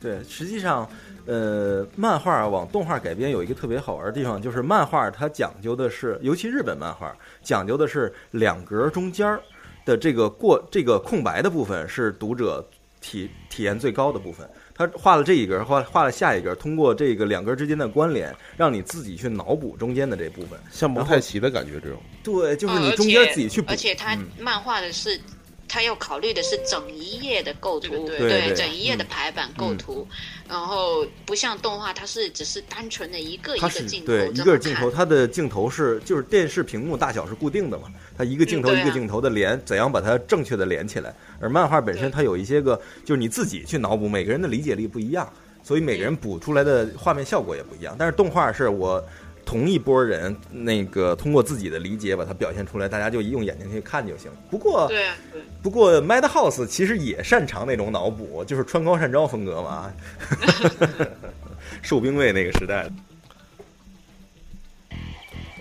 Speaker 8: 对，实际上，呃，漫画往动画改编有一个特别好玩的地方，就是漫画它讲究的是，尤其日本漫画讲究的是两格中间儿的这个过这个空白的部分是读者体体验最高的部分。他画了这一格，画画了下一格，通过这个两格之间的关联，让你自己去脑补中间的这部分，
Speaker 7: 像蒙
Speaker 8: 然后
Speaker 7: 太奇的感觉，这种
Speaker 8: 对，就是你
Speaker 10: 啊哦而
Speaker 8: 中间
Speaker 10: 且
Speaker 8: 自己去补。
Speaker 10: 而且他
Speaker 8: 嗯
Speaker 10: 漫画的是，他要考虑的是整一页的构图，
Speaker 8: 对对对
Speaker 10: 整一页的
Speaker 8: 嗯
Speaker 10: 排版构图，然后不像动画，它是只是单纯的一个一
Speaker 8: 它
Speaker 10: 个
Speaker 8: 是
Speaker 10: 镜头
Speaker 8: 对一
Speaker 10: 这
Speaker 8: 个
Speaker 10: 么
Speaker 8: 镜
Speaker 10: 看
Speaker 8: 头，它的镜头是就是电视屏幕大小是固定的嘛，它一个镜头
Speaker 10: 嗯对
Speaker 8: 一
Speaker 10: 啊
Speaker 8: 个镜头的连，怎样把它正确的连起来？而漫画本身它有一些个，就是你自己去脑补，每个人的理解力不一样，所以每个
Speaker 10: 嗯
Speaker 8: 人补出来的画面效果也不一样。但是动画是我。同一波人，那个通过自己的理解把它表现出来，大家就用眼睛去看就行。不过，
Speaker 10: 对啊，对
Speaker 8: 不过 Madhouse 其实也擅长那种脑补，就是穿高善昭风格嘛， [laughs] 受兵卫那个时代的。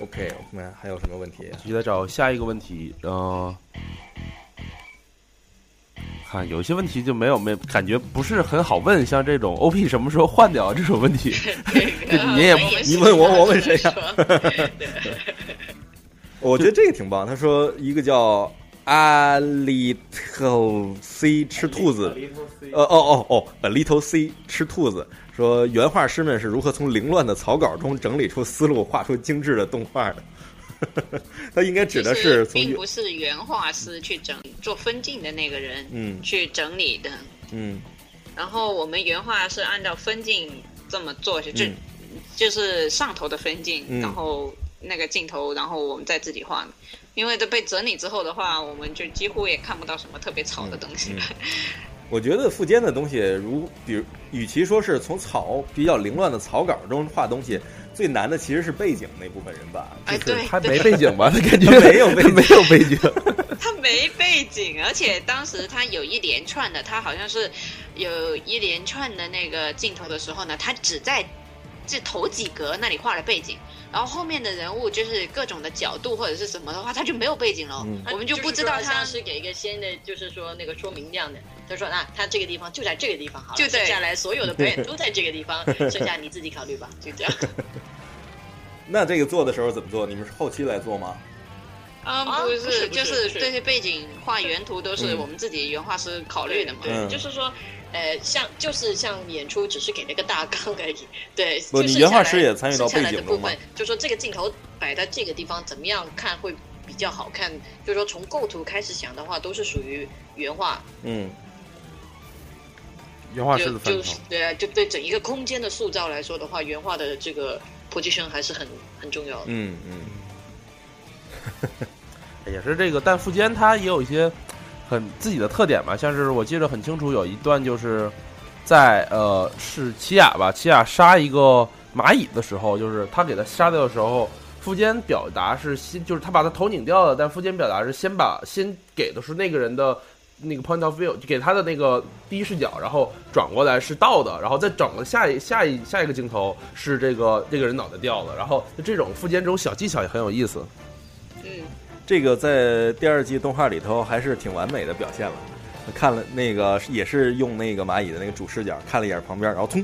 Speaker 8: OK，我们还有什么问题？
Speaker 7: 继续来找下一个问题，呃，看有一些问题就没有没感觉不是很好问，像这种 OP 什么时候换掉啊这种问题，这你也不
Speaker 8: 你问我，我问谁呀、我觉得这个挺棒。他说一个叫阿里头 C 吃兔子，呃哦哦哦，A Little C 吃兔子说原画师们是如何从凌乱的草稿中整理出思路，画出精致的动画的。 [laughs] 他应 [laughs] 该指的
Speaker 10: 其实
Speaker 8: 是从
Speaker 10: 并不是原画师去整做分镜的那个人，
Speaker 8: 嗯
Speaker 10: 去整理的。
Speaker 8: 嗯
Speaker 10: 然后我们原画是按照分镜这么做，就、
Speaker 8: 嗯
Speaker 10: 就是上头的分镜，
Speaker 8: 嗯
Speaker 10: 然后那个镜头，然后我们再自己画的。
Speaker 6: [laughs]
Speaker 10: 因为这被整理之后的话，我们就几乎也看不到什么特别草的东西。
Speaker 8: 嗯我觉得富坚的东西，如比如，与其说是从草比较凌乱的草稿中画东西，最难的其实是背景那部分人吧。
Speaker 6: 哎
Speaker 8: 就是
Speaker 7: 他没背景
Speaker 8: [laughs]
Speaker 7: 吧？他感觉
Speaker 8: 没有背景，
Speaker 7: 没有背景。
Speaker 6: 他没背景，而且当时他有一连串的，他好像是有一连串的那个镜头的时候呢，他只在这头几格那里画了背景，然后后面的人物就是各种的角度或者是什么的话，他就没有背景了，
Speaker 8: 嗯
Speaker 6: 我们就不知道
Speaker 10: 他
Speaker 6: 他
Speaker 10: 是给一个先的，就是说那个说明这样的。他说啊，他这个地方就在这个地方好了，
Speaker 6: 啊就对
Speaker 10: 剩下来所有的表演都在这个地方，剩下你自己考虑吧，就这样。
Speaker 8: 那这个做的时候怎么做？你们是后期来做吗？
Speaker 6: 嗯，
Speaker 10: 啊
Speaker 6: 不
Speaker 10: 不是不
Speaker 6: 就是是
Speaker 10: 不是
Speaker 6: 这些背景画原图都是
Speaker 8: 嗯
Speaker 6: 我们自己原画师考虑的嘛。
Speaker 10: 对，
Speaker 8: 嗯
Speaker 10: 就是说，呃，像就是像演出，只是给了个大纲而已。对，
Speaker 8: 不
Speaker 10: 就
Speaker 8: 你
Speaker 10: 剩
Speaker 8: 原画
Speaker 10: 下来
Speaker 8: 师也参与到
Speaker 10: 剩下
Speaker 8: 背
Speaker 10: 来的
Speaker 8: 景
Speaker 10: 部
Speaker 8: 中吗
Speaker 10: 分，就说这个镜头摆在这个地方怎么样看会比较好看，就是说从构图开始想的话，都是属于原画，
Speaker 8: 嗯，
Speaker 7: 原画师
Speaker 10: 就
Speaker 7: 的范畴
Speaker 10: 就，是对啊，就对整一个空间的塑造来说的话，原画的这个 position 还是很很重要的。
Speaker 8: 嗯嗯，
Speaker 7: 也是这个，但富坚他也有一些很自己的特点吧，像是我记得很清楚，有一段就是在呃是奇雅吧，奇雅杀一个蚂蚁的时候，就是他给他杀掉的时候，富坚表达是先就是他把他头拧掉了，但富坚表达是先把先给的是那个人的。那个 point of view 就给他的那个第一视角，然后转过来是倒的，然后再整个下一下一下一个镜头是这个这个人脑袋掉了，然后就这种富坚这种小技巧也很有意思。
Speaker 10: 嗯
Speaker 8: 这个在第二季动画里头还是挺完美的表现了。看了那个也是用那个蚂蚁的那个主视角看了一眼旁边，然后通，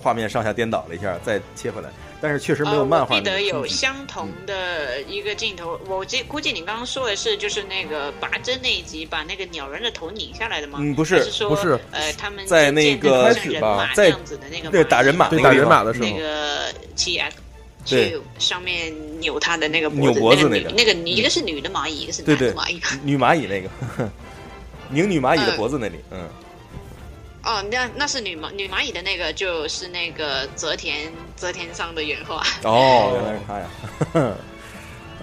Speaker 8: 画面上下颠倒了一下，再切回来。但是确实没有
Speaker 6: 呃
Speaker 8: 漫
Speaker 6: 我
Speaker 8: 画
Speaker 6: 记
Speaker 8: 那
Speaker 6: 得
Speaker 8: 个
Speaker 6: 有
Speaker 8: 冲击
Speaker 6: 相同
Speaker 8: 嗯
Speaker 6: 的一个镜头，我记估计你刚刚说的是就是那个拔针那一集，把那个鸟人的头拧下来的吗？
Speaker 8: 嗯不是
Speaker 6: 还是说
Speaker 7: 不是
Speaker 6: 呃，他们
Speaker 8: 在那
Speaker 6: 那
Speaker 8: 个
Speaker 6: 人马
Speaker 8: 在
Speaker 6: 这样子的那个
Speaker 8: 对
Speaker 6: 蚂蚁
Speaker 8: 打人马
Speaker 6: 嘛
Speaker 8: 那
Speaker 7: 对
Speaker 8: 个
Speaker 7: 打
Speaker 8: 地
Speaker 7: 人
Speaker 8: 方
Speaker 7: 马的时候，
Speaker 6: 那个 T X
Speaker 8: 对
Speaker 6: 去上面扭他的那个
Speaker 8: 扭脖子
Speaker 6: 那
Speaker 8: 那个
Speaker 6: 女那个女一个是女的蚂蚁，一个是
Speaker 8: 对
Speaker 6: 男
Speaker 8: 对
Speaker 6: 的蚂蚁。
Speaker 8: 女蚂蚁那个，拧女蚂蚁的脖子那里，嗯，
Speaker 6: 哦，那那是女蚂女蚂蚁的那个就是那个泽田泽田桑的原画。
Speaker 10: 哎
Speaker 8: 哦，原来是他呀，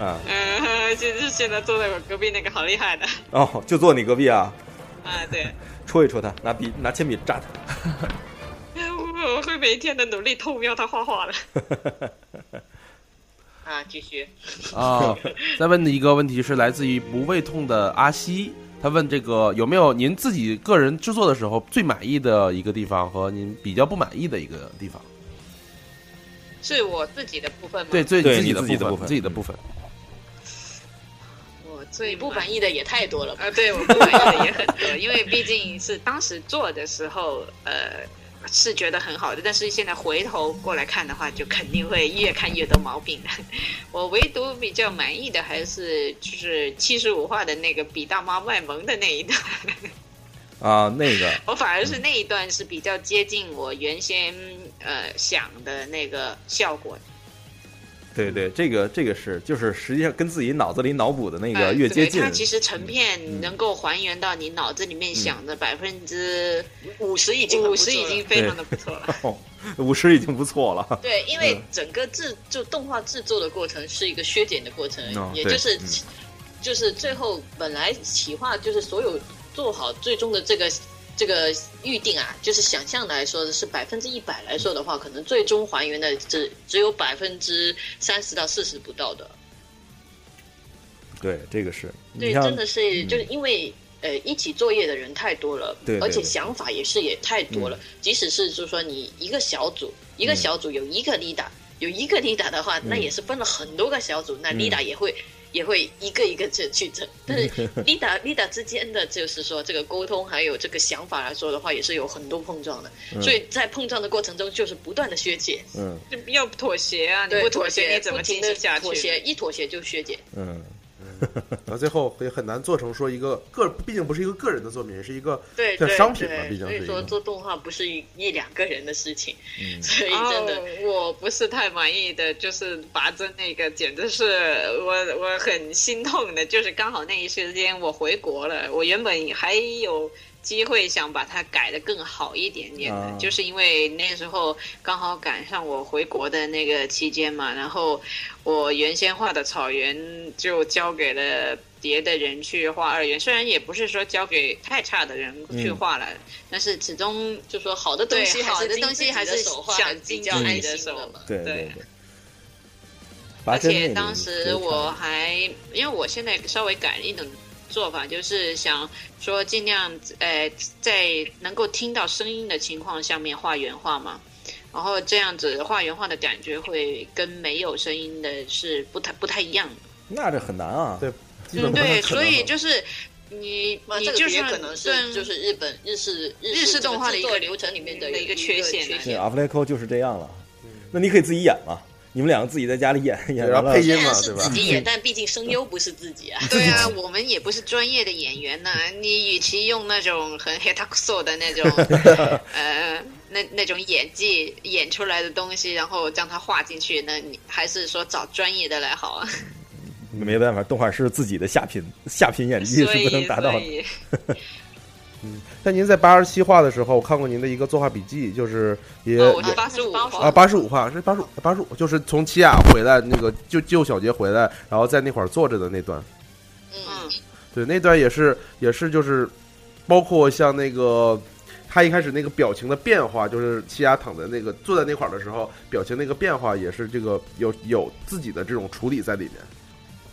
Speaker 8: 啊，
Speaker 6: [laughs] 嗯，就是现在坐在我隔壁那个好厉害的
Speaker 8: 哦，就坐你隔壁啊，
Speaker 6: 啊，对，
Speaker 8: 戳一戳他，拿笔拿铅笔扎他。
Speaker 6: [laughs] 我我会每天的努力偷瞄他画画的。 [laughs] 啊，继续。
Speaker 7: 啊、再问的一个问题是来自于不胃痛的阿西，他问这个有没有您自己个人制作的时候最满意的一个地方和您比较不满意的一个地方？
Speaker 6: 是我自己的部分吗？
Speaker 7: 对，最
Speaker 8: 对
Speaker 7: 自己
Speaker 8: 你
Speaker 7: 的
Speaker 8: 自己的
Speaker 7: 部
Speaker 8: 部
Speaker 7: 分，
Speaker 8: 分
Speaker 7: 自己的部分。
Speaker 6: 我
Speaker 10: 你
Speaker 6: 最
Speaker 10: 不满意的也太多了吧？
Speaker 6: 啊，对我不满意的也很多， [laughs] 因为毕竟是当时做的时候，呃，是觉得很好的，但是现在回头过来看的话，就肯定会越看越多毛 [laughs] 病的。我唯独比较满意的还是就是七十五话的那个比大妈卖萌的那一段，
Speaker 8: 啊，那个
Speaker 6: 我反而是那一段是比较接近我原先呃想的那个效果的。
Speaker 8: 对对，这个这个是，就是实际上跟自己脑子里脑补的那
Speaker 6: 呃
Speaker 10: 哎
Speaker 8: 个越接
Speaker 6: 对
Speaker 8: 近嗯
Speaker 6: 它，其实成片能够还原到你脑子里面想的百分之
Speaker 10: 五十已经很
Speaker 6: 五
Speaker 10: 不错
Speaker 6: 十已
Speaker 10: 了
Speaker 6: 经非常的不错了。
Speaker 8: 五十已经不错了。
Speaker 10: 对，因
Speaker 8: 嗯
Speaker 10: 为整个制就动画制作的过程是一个削减的过程，
Speaker 8: 哦
Speaker 10: 也
Speaker 8: 对
Speaker 10: 就是、
Speaker 8: 嗯
Speaker 10: 就是最后本来企划就是所有做好最终的这个这个预定啊，就是想象来说是百分之一百来说的话，可能最终还原的只只有百分之三十到四十不到的。
Speaker 8: 对，这个是，你
Speaker 10: 对，
Speaker 8: 像
Speaker 10: 真的是
Speaker 8: 嗯
Speaker 10: 就是因为。呃，一起作业的人太多了，
Speaker 8: 对对
Speaker 10: 而且
Speaker 8: 对
Speaker 10: 想法也是也太多了。即使是就是说你一个小组，一个
Speaker 8: 嗯
Speaker 10: 小组有一个 leader，、有一个 leader 的话，那也是分了很多个小组，那
Speaker 8: 嗯
Speaker 10: leader 也会也会一个一个去去整。但
Speaker 8: [laughs]
Speaker 10: 是 leader leader 之间的就是说这个沟通还有这个想法来说的话，也是有很多碰撞的。
Speaker 8: 嗯
Speaker 10: 所以在碰撞的过程中，就是不断的削减，
Speaker 8: 嗯
Speaker 6: 就要妥协啊！你
Speaker 10: 对
Speaker 6: 不妥协，
Speaker 10: 协
Speaker 6: 你怎么
Speaker 10: 不停
Speaker 6: 进
Speaker 10: 的
Speaker 6: 行下去？
Speaker 10: 妥协，一妥协就削减。
Speaker 8: 嗯，
Speaker 13: 然后最后也很难做成说一个个，毕竟不是一个个人的作品，也是一个
Speaker 10: 对
Speaker 13: 像
Speaker 10: 对
Speaker 13: 商品嘛
Speaker 10: 对，
Speaker 13: 毕竟
Speaker 10: 所
Speaker 13: 是
Speaker 10: 以
Speaker 13: 一
Speaker 10: 说
Speaker 13: 个。嗯
Speaker 10: 做动画不是一一两个人的事情， [laughs] 所以
Speaker 6: 哦
Speaker 10: 真的。
Speaker 6: 我不是太满意的，就是拔针那个，简直是我我很心痛的。就是刚好那一时间我回国了，我原本还有
Speaker 10: 机会想把它改的更好一点点的，
Speaker 14: 啊
Speaker 10: 就是因为那时候刚好赶上我回国的那个期间嘛，然后我原先画的草原就交给了别的人去画二元，虽然也不是说交给太差的人
Speaker 13: 嗯
Speaker 10: 去画了，但是始终就说好
Speaker 15: 好的东西还
Speaker 10: 好
Speaker 15: 是
Speaker 10: 的
Speaker 15: 经
Speaker 10: 东西还是
Speaker 15: 自己的手画
Speaker 10: 想
Speaker 15: 得
Speaker 10: 比
Speaker 15: 比
Speaker 10: 较
Speaker 15: 较
Speaker 10: 安
Speaker 15: 安
Speaker 10: 的
Speaker 15: 心
Speaker 10: 手
Speaker 15: 的
Speaker 8: 对
Speaker 10: 对
Speaker 8: 对，
Speaker 10: 而且当时我还，因为我现在稍微改了一种做法，就是想说尽量呃在能够听到声音的情况下面画原画嘛，然后这样子画原画的感觉会跟没有声音的是不太不太一样的。
Speaker 8: 那这很难啊。
Speaker 16: 对，
Speaker 8: 基本
Speaker 10: 嗯，
Speaker 8: 不太
Speaker 10: 对，
Speaker 8: 可能啊
Speaker 10: 所以就是你
Speaker 6: 哇
Speaker 10: 你
Speaker 6: 这个
Speaker 10: 就
Speaker 6: 也
Speaker 10: 算
Speaker 6: 可能是
Speaker 10: 对
Speaker 6: 就是日本日式
Speaker 10: 日式
Speaker 6: 式
Speaker 10: 动画的
Speaker 6: 的
Speaker 10: 一个
Speaker 6: 流程里面的
Speaker 10: 的一个缺陷啊
Speaker 8: 对，阿弗雷科就是这样了。那你可以自己演嘛，你们两个自己在家里演演完了
Speaker 6: 虽然啊是自己演，但毕竟声优不是自己啊。
Speaker 10: 对啊，我们也不是专业的演员呐、你与其用那种很 h e t a k s o 的
Speaker 6: [laughs]
Speaker 10: 那种，呃，那那种演技演出来的东西，然后将它画进去，那你还是说找专业的来好啊。
Speaker 8: 没办法，动画师自己的下品下品演
Speaker 10: 所
Speaker 8: 技是
Speaker 10: 以，
Speaker 8: 不能达到
Speaker 10: 所
Speaker 8: 的。
Speaker 10: 以
Speaker 8: 但
Speaker 16: 您在八十七画的时候，我看过您的一个作画笔记，就是也
Speaker 10: 哦，我是
Speaker 16: 也
Speaker 10: 八十五
Speaker 16: 啊，八十五画是八十五，八十五就是从奇亚回来那个就救小杰回来，然后在那块儿坐着的那段，
Speaker 10: 嗯，
Speaker 16: 对，那段也是也是就是，包括像那个他一开始那个表情的变化，就是奇亚躺在那个坐在那块儿的时候，表情那个变化也是这个有有自己的这种处理在里面。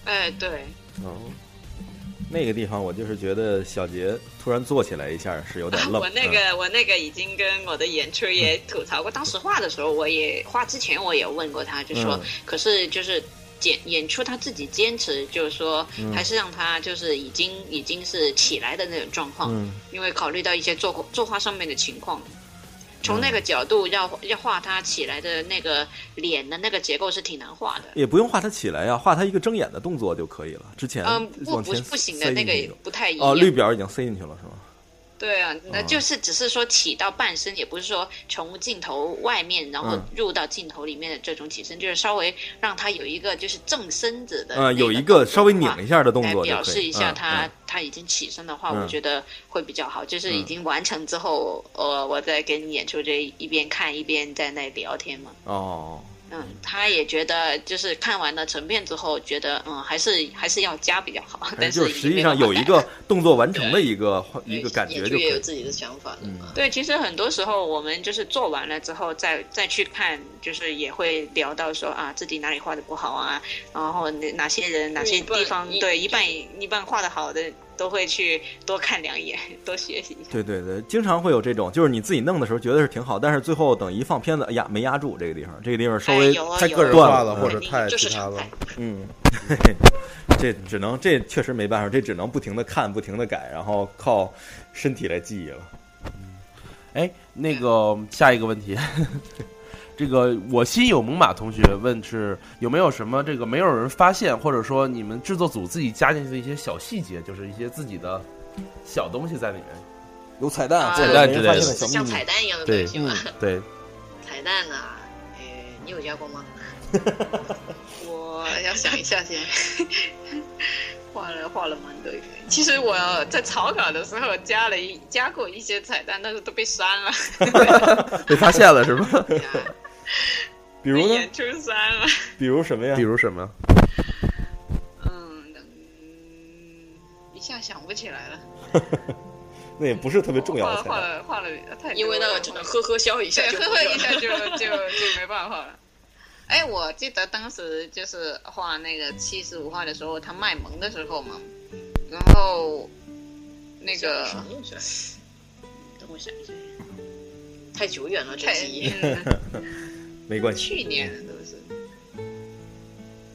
Speaker 10: 哎，对，
Speaker 8: 哦，那个地方我就是觉得小杰突然坐起来一下是有点愣。嗯
Speaker 10: 啊我那个我那个已经跟我的演出也吐槽过，当时画的时候，我也画之前我也问过他，就说，
Speaker 6: 嗯
Speaker 10: 可是就是演演出他自己坚持，就是说、
Speaker 6: 嗯
Speaker 10: 还是让他就是已经已经是起来的那种状况，
Speaker 6: 嗯
Speaker 10: 因为考虑到一些作作画上面的情况。
Speaker 8: 嗯
Speaker 10: 从那个角度要要画他起来的那个脸的那个结构是挺难画的，
Speaker 8: 也不用画他起来呀、啊画他一个睁眼的动作就可以了。之前
Speaker 10: 嗯，不
Speaker 8: 往
Speaker 10: 不
Speaker 8: 前
Speaker 10: 是不行的
Speaker 8: 塞进
Speaker 10: 那个
Speaker 8: 去
Speaker 10: 也不太一样。
Speaker 8: 哦，绿表已经塞进去了是吗？
Speaker 10: 对啊，那
Speaker 8: 嗯
Speaker 10: 就是只是说起到半身，也不是说从镜头外面然后
Speaker 8: 嗯
Speaker 10: 入到镜头里面的这种起身，就是稍微让他有一个就是正身子的那
Speaker 8: 嗯、
Speaker 10: 个
Speaker 8: 有一个稍微拧一下的动
Speaker 10: 来
Speaker 8: 作就可以
Speaker 10: 表示一下他、
Speaker 8: 嗯
Speaker 10: 他已经起身的话，
Speaker 8: 嗯
Speaker 10: 我觉得会比较好。就是已经完成之后，
Speaker 8: 嗯
Speaker 10: 呃，我再给你演出这一边看一边在那聊天嘛。
Speaker 8: 嗯哦，
Speaker 10: 嗯，他也觉得就是看完了成片之后，觉得嗯还是还是要加比较好，但
Speaker 8: 就是是实际上有一个动作完成的一个一个感觉就可以。
Speaker 6: 自己的想法
Speaker 8: 嗯，
Speaker 10: 对，其实很多时候我们就是做完了之后再再去看，就是也会聊到说啊自己哪里画的不好啊，然后哪哪些人哪些地方对一半一半画的好的都会去多看两眼，多学习一下。
Speaker 8: 对对对，经常会有这种，就是你自己弄的时候觉得是挺好，但是最后等一放片子，哎呀，没压住这个地方，这个地方稍微
Speaker 16: 哎
Speaker 10: 哦
Speaker 16: 有啊太有啊
Speaker 8: 断
Speaker 16: 个人化了
Speaker 8: 嗯
Speaker 16: 或者太其他了。
Speaker 8: 嗯，嘿嘿 [laughs] 这只能这确实没办法，这只能不停的看，不停的改，然后靠身体来记忆了。
Speaker 7: 哎，那个下一个问题， [laughs] 这个我心有猛犸同学问是有没有什么这个没有人发现，或者说你们制作组自己加进去的一些小细节，就是一些自己的小东西在里面，
Speaker 8: 有彩蛋
Speaker 3: 哎
Speaker 7: 彩蛋之
Speaker 8: 之
Speaker 7: 类
Speaker 8: 类
Speaker 7: 的，
Speaker 8: 的，
Speaker 6: 像彩蛋一样的
Speaker 7: 对
Speaker 6: 东西嘛。
Speaker 7: 对，
Speaker 10: 嗯
Speaker 6: 彩蛋呐、呃，你有加过吗？
Speaker 10: 嗯
Speaker 6: 我要想一下先。
Speaker 10: [laughs] 画了画了蛮多一个，其实我在草稿的时候加了一加过一些彩蛋，但是都被删了，
Speaker 7: 被发现了是 [laughs] 吗？
Speaker 8: 比如呢？
Speaker 10: 演出删了。
Speaker 8: 比如什么呀？
Speaker 16: 比如什么？
Speaker 10: 嗯一下想不起来了，
Speaker 8: 那也不是特别重要的彩
Speaker 10: 画
Speaker 8: 蛋。
Speaker 10: 了画了太
Speaker 6: 因为那个只能呵呵笑一下
Speaker 10: 对，
Speaker 6: 就
Speaker 10: 呵
Speaker 6: 不
Speaker 10: 呵
Speaker 6: 用
Speaker 10: 一下就
Speaker 6: 了
Speaker 10: 就就没办法了。哎，我记得当时就是画那个七十五画的时候，他卖萌的时候嘛，然后那个
Speaker 6: 什么东西啊等我想一下，太久远了，这记忆。
Speaker 8: 没关系，
Speaker 6: 去年都是。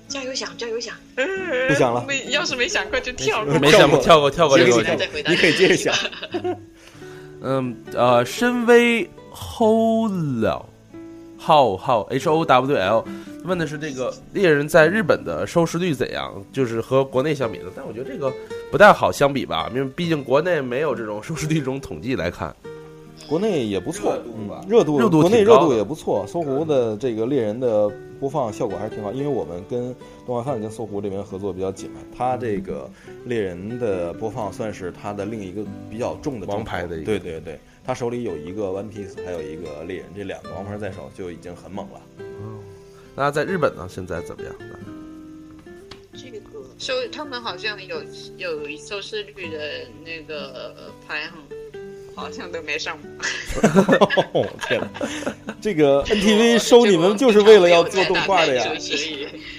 Speaker 6: 加油响，加油响！
Speaker 8: 不想了
Speaker 10: 没要是没想过就跳过，
Speaker 7: 没想过跳过跳过这个
Speaker 6: 行
Speaker 7: 问
Speaker 6: 行再回
Speaker 7: 题，
Speaker 6: 答你可以接着想。
Speaker 7: 嗯呃，深 V Howl 浩浩 H O W L 问的是这个猎人在日本的收视率怎样，就是和国内相比的，但我觉得这个不太好相比吧，因为毕竟国内没有这种收视率这种统计来看。
Speaker 8: 国内也不错，嗯热度
Speaker 7: 热度
Speaker 8: 国内
Speaker 7: 挺
Speaker 8: 热
Speaker 7: 高
Speaker 8: 度
Speaker 7: 的
Speaker 8: 也不错，搜狐的这个猎人的播放效果还是挺好，因为我们跟动画范跟搜狐这边合作比较紧嘛，它这个猎人的播放算是它的另一个比较重的王牌的一个，对对对，他手里有一个 One Piece，还有一个猎人，这两个王牌在手就已经很猛了。
Speaker 7: 那在日本呢，现在怎么样？
Speaker 10: 这个收他们好像有有收视率的那个排行，好像都没上榜。
Speaker 8: [laughs] 哦天哪， [laughs] 这个 NTV 收你们就是为了要做动画的呀？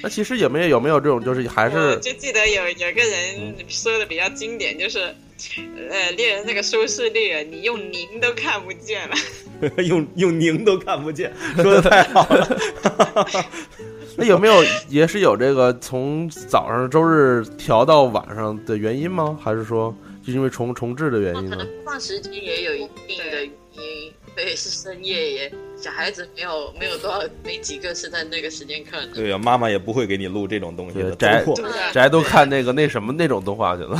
Speaker 7: 那其实也没有有没有这种，就是还
Speaker 10: 我
Speaker 7: 是
Speaker 10: [laughs] 就记得有有个人说的比较经典，就是，呃，猎人那个收视率啊，你用您都看不见了。
Speaker 8: [laughs] 用用您都看不见，说的太好了。
Speaker 7: 那哎有没有也是有这个从早上周日调到晚上的原因吗？还是说就因为重重置的原因呢？
Speaker 10: [laughs] 放时间也有一定的原因，对，是深夜也，小孩子没有没有多少没几个是在那个时间看
Speaker 8: [laughs]
Speaker 10: 的。
Speaker 8: 对呀、妈妈也不会给你录这种东西的，
Speaker 7: 宅
Speaker 8: 都破
Speaker 7: 宅都看那个那什么那种动画去了，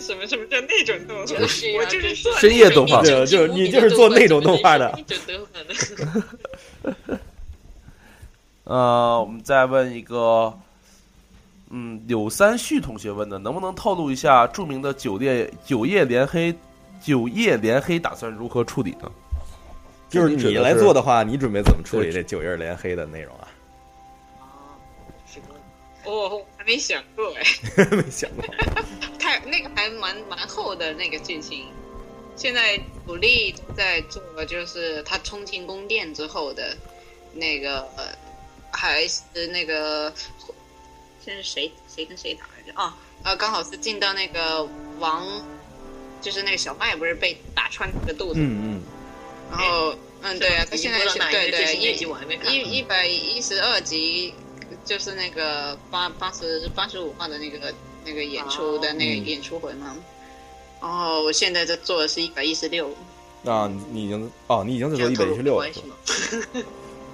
Speaker 10: 什么什么叫那种动画？
Speaker 6: 就是
Speaker 10: 我就是啊做
Speaker 7: 深夜动画，
Speaker 8: 对，啊就是你就是做那种动画
Speaker 10: [laughs]
Speaker 8: 的。
Speaker 7: 呃，我们再问一个，嗯，柳三旭同学问的，能不能透露一下著名的酒店九夜连黑九夜连黑打算如何处理呢？
Speaker 8: 就是
Speaker 7: 指
Speaker 8: 你
Speaker 7: 是
Speaker 8: 来做的话，你准备怎么处理这九页连黑的内容啊？ [laughs]
Speaker 10: 哦， [laughs] 我还没想过哎，
Speaker 8: 没想 [laughs] 过，
Speaker 10: 太那个还蛮蛮厚的那个剧情。现在主力都在做，就是他冲进宫殿之后的那个，呃还是那个，现在谁谁跟谁打来着？哦，呃，刚好是进到那个王，就是那个小麦不是被打穿他的肚子，
Speaker 8: 嗯
Speaker 10: 然后嗯，对啊，他
Speaker 6: 已经
Speaker 10: 现在
Speaker 6: 播到哪一
Speaker 10: 对
Speaker 6: 集
Speaker 10: 对
Speaker 6: 最新一集
Speaker 10: 一
Speaker 6: 我还没看
Speaker 10: 一一百一十二集，就是那个八八十八十五话的那个那个演
Speaker 6: 哦
Speaker 10: 出的那个
Speaker 8: 嗯
Speaker 10: 演出回嘛。然后我现在在做的是一百一十六，
Speaker 8: 嗯，啊，你你已经哦，你已经在做一百一十六了，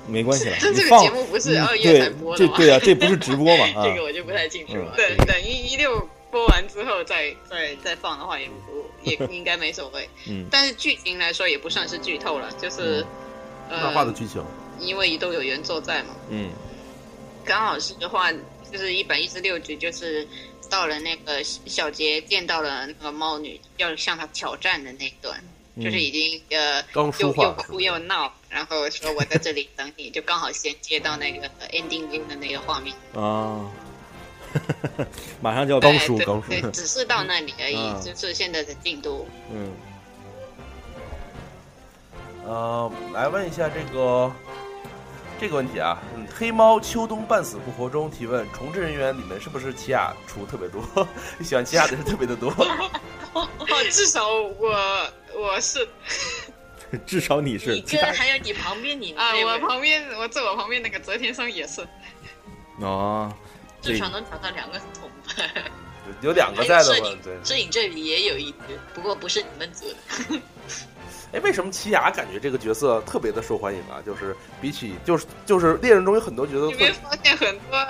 Speaker 8: 没关系了。
Speaker 10: 这
Speaker 8: 你
Speaker 10: 这个
Speaker 8: 放
Speaker 10: 节目不是
Speaker 8: 嗯
Speaker 10: 二月
Speaker 8: 对
Speaker 10: 才播的
Speaker 8: 这
Speaker 10: 吗
Speaker 8: 对啊，这不是直播嘛？啊
Speaker 10: [laughs] 这个我就不太清楚了。
Speaker 8: 嗯
Speaker 10: 等等一一六播完之后再再再放的话也不也应该没所谓。
Speaker 7: 嗯
Speaker 10: 但是剧情来说也不算是剧透了，就是、
Speaker 7: 漫画的
Speaker 10: 呃，
Speaker 7: 剧情，
Speaker 10: 因为都有原作在嘛，
Speaker 8: 嗯，
Speaker 10: 刚好是的话，就是一百一十六局，就是到了那个小杰见到了那个猫女要向她挑战的那一段，
Speaker 7: 嗯
Speaker 10: 就是已经呃
Speaker 7: 刚说
Speaker 10: 又
Speaker 7: 话
Speaker 10: 又哭又闹，然后说我在这里等你，就刚好衔接到
Speaker 7: [laughs]
Speaker 10: 那个 ending 的那个画面，
Speaker 8: 啊，马上就要
Speaker 10: 对对
Speaker 8: [laughs]
Speaker 10: 对，只是到那里而已，
Speaker 7: 嗯
Speaker 10: 就是现在的进度。
Speaker 8: 嗯， [laughs]
Speaker 7: 呃，来问一下这个这个问题啊，嗯，黑猫秋冬半死不活中提问，重置人员里面是不是奇亚厨特别多？ [laughs] 喜欢奇亚的人特别的多，
Speaker 10: 哦， [laughs] 至少我我是
Speaker 8: 至少你是
Speaker 10: 这还有你旁边你啊，
Speaker 6: 那
Speaker 10: 我
Speaker 6: 位
Speaker 10: 旁边我坐我旁边那个泽田生也是，
Speaker 8: 啊，
Speaker 6: 至
Speaker 8: 这
Speaker 6: 少能找到两个同伴。
Speaker 7: 有两个在的
Speaker 6: 哎摄
Speaker 7: 嘛
Speaker 6: 影，
Speaker 7: 对。
Speaker 6: 摄影这里也有一只，不过不是你们组的。
Speaker 7: 哎，为什么奇雅感觉这个角色特别的受欢迎啊？就是比起就是就是猎人中有很多角色
Speaker 10: 你
Speaker 7: 特
Speaker 10: 没发现很多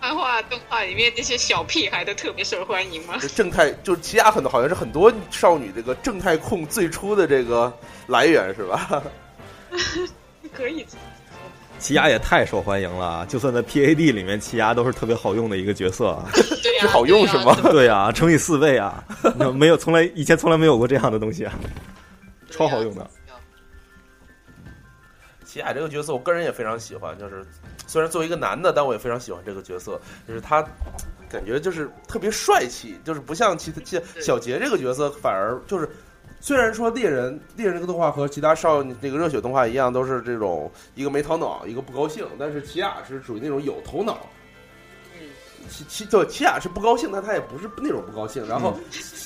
Speaker 10: 漫画、动画里面那些小屁孩都特别受欢
Speaker 6: [laughs]
Speaker 10: 迎吗
Speaker 7: 就？正太，就是奇雅很多好像是很多少女这个正太控最初的这个来源是吧？
Speaker 10: 可以，
Speaker 8: 奇牙也太受欢迎了啊，就算在 PAD 里面，奇牙都是特别好用的一个角色啊。
Speaker 10: 对呀、
Speaker 7: 好用是吗？
Speaker 8: [laughs] 对啊，乘以四倍啊， [laughs] 那没有从来以前从来没有过这样的东西啊，超好用的。啊
Speaker 7: 奇雅这个角色，我个人也非常喜欢，就是虽然作为一个男的，但我也非常喜欢这个角色，就是他感觉就是特别帅气，就是不像其他其小杰这个角色，反而就是虽然说猎人猎人这个动画和其他少女这个热血动画一样，都是这种一个没头脑，一个不高兴，但是奇雅是属于那种有头脑。奇奇就奇雅是不高兴，但他也不是那种不高兴。然后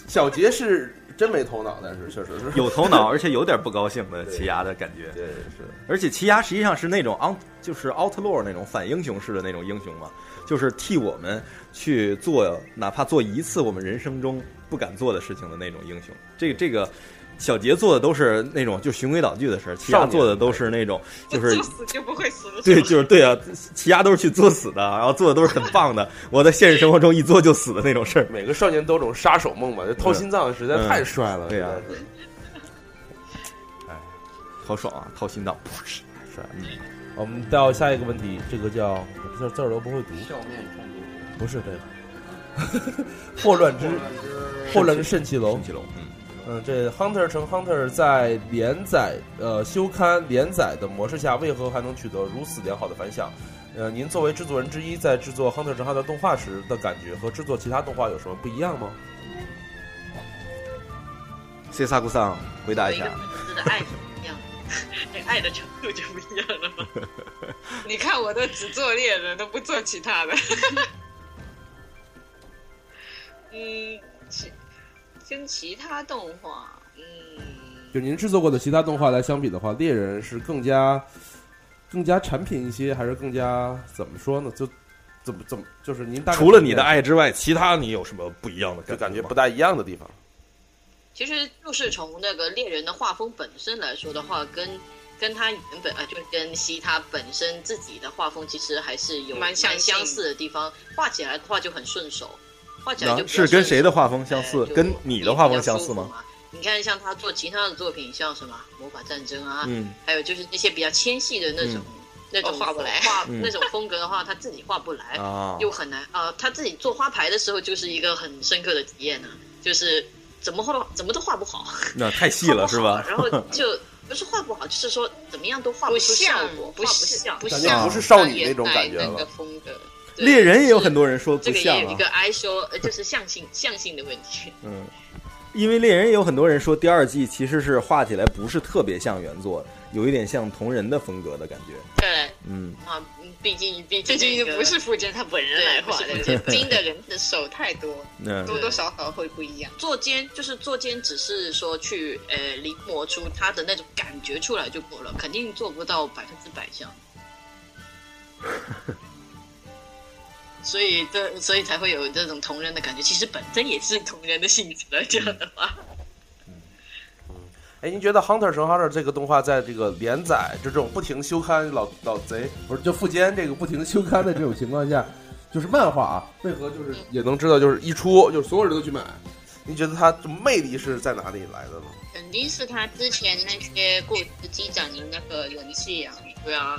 Speaker 7: 小杰是真没头脑，但是确实 [laughs] 是
Speaker 8: 有头脑，而且有点不高兴的奇牙的感觉。
Speaker 7: 对，是。
Speaker 8: 而且奇牙实际上是那种 on 就是 outlaw 那种反英雄式的那种英雄嘛，就是替我们去做哪怕做一次我们人生中不敢做的事情的那种英雄。这个这个。小杰做的都是那种就循规蹈矩的事儿，奇
Speaker 7: 少
Speaker 8: 牙
Speaker 7: 年
Speaker 8: 做的都是那
Speaker 10: [laughs]
Speaker 8: 种就是
Speaker 10: 作死就不会死的。
Speaker 8: 对，就是对啊，其他都是去作死的，然后做的都是很棒的。我在现实生活中一做就死的那种事儿，
Speaker 7: 每个少年都有种杀手梦嘛，就掏心脏实在太帅了，
Speaker 8: 对呀、
Speaker 7: 实在是哎，
Speaker 8: 好爽啊，掏心脏，噗嗤，
Speaker 7: 是。我们到下一个问题，这个叫字字儿都不会读，
Speaker 17: 笑面中毒，
Speaker 7: 不是这个， [laughs] 霍乱之霍乱之肾气龙，
Speaker 8: 肾气龙，嗯
Speaker 7: 嗯，这 Hunter 乘 Hunter 在连载呃休刊连载的模式下，为何还能取得如此良好的反响？呃，您作为制作人之一，在制作 Hunter 乘 Hunter 动画时的感觉和制作其他动画有什么不一样吗？
Speaker 8: C 萨库桑回答一下，
Speaker 10: 真的爱是不
Speaker 6: [laughs]
Speaker 10: 一样，那爱的程度就不一样了吗？
Speaker 6: 你看我都只做猎人，都不做其他的。
Speaker 10: [laughs] 嗯，其跟其他动画，嗯
Speaker 7: 就您制作过的其他动画来相比的话，猎人是更加更加产品一些，还是更加怎么说呢？就怎么怎么就是您大概
Speaker 8: 除了你的爱之外，其他你有什么不一样的
Speaker 7: 就
Speaker 8: 感
Speaker 7: 感觉
Speaker 8: 吗
Speaker 7: 不大一样的地方。
Speaker 10: 其实就是从那个猎人的画风本身来说的话，跟跟他原本啊，就是跟西他本身自己的画风其实还是有
Speaker 6: 蛮相
Speaker 10: 蛮
Speaker 6: 近
Speaker 10: 相似的地方，画起来的话就很顺手，画起来就比较
Speaker 8: 是跟
Speaker 10: 顺手哎
Speaker 8: 谁的画风相似？
Speaker 10: 就
Speaker 8: 跟你的画风相似吗？
Speaker 10: 你看，像他做其他的作品，像什么《魔法战争》啊，
Speaker 8: 嗯
Speaker 10: 还有就是那些比较纤细的那种、那种
Speaker 6: 哦画不来
Speaker 10: 画
Speaker 6: 嗯
Speaker 10: 那种风格的话，他自己画不
Speaker 8: 啊
Speaker 10: 来，
Speaker 6: 哦
Speaker 10: 又很难啊、呃他自己做花牌的时候，就是一个很深刻的体验呢、就是怎么画怎么都画不好，
Speaker 8: 那太细了是吧？
Speaker 10: 然后就不是画不好，就是说怎么样都画出效果，
Speaker 6: 不
Speaker 10: 画不
Speaker 6: 像
Speaker 10: 像，
Speaker 6: 不
Speaker 8: 感
Speaker 6: 像
Speaker 8: 觉不是少女那种感觉了
Speaker 6: 那个风格。对
Speaker 8: 啊猎人也有很多人说
Speaker 10: 这
Speaker 8: 不
Speaker 10: 个
Speaker 8: 像
Speaker 10: 也有一
Speaker 8: 啊
Speaker 10: 个，哀说，呃，就是象性象性的问题。
Speaker 8: 嗯，因为猎人也有很多人说第二季其实是画起来不是特别像原作，有一点像同人的风格的感觉。
Speaker 10: 对，
Speaker 8: 嗯，
Speaker 10: 啊，毕竟毕
Speaker 6: 这
Speaker 10: 竟
Speaker 6: 就
Speaker 10: 那个
Speaker 6: 不是福建他本人来画的，
Speaker 10: 对不是
Speaker 6: 金的人的手太多
Speaker 8: 嗯，
Speaker 6: 多多少少会不一样。
Speaker 10: 作奸就是作奸，只是说去呃临摹出他的那种感觉出来就够了，肯定做不到百分之百像，所以这所以才会有这种同人的感觉。其实本身也是同人的性质来讲的话，
Speaker 7: 哎，您觉得《Hunter 乘 Hunter》这个动画在这个连载就这种不停休刊老老贼不是就富坚这个不停休刊的这种情况下，就是漫画啊，为何
Speaker 8: 嗯
Speaker 7: 就是也能知道就是一出就是所有人都去买？您觉得它这魅力是在哪里来的呢？
Speaker 18: 肯定是他之前那些故事积攒的那个人气啊。
Speaker 10: 对啊，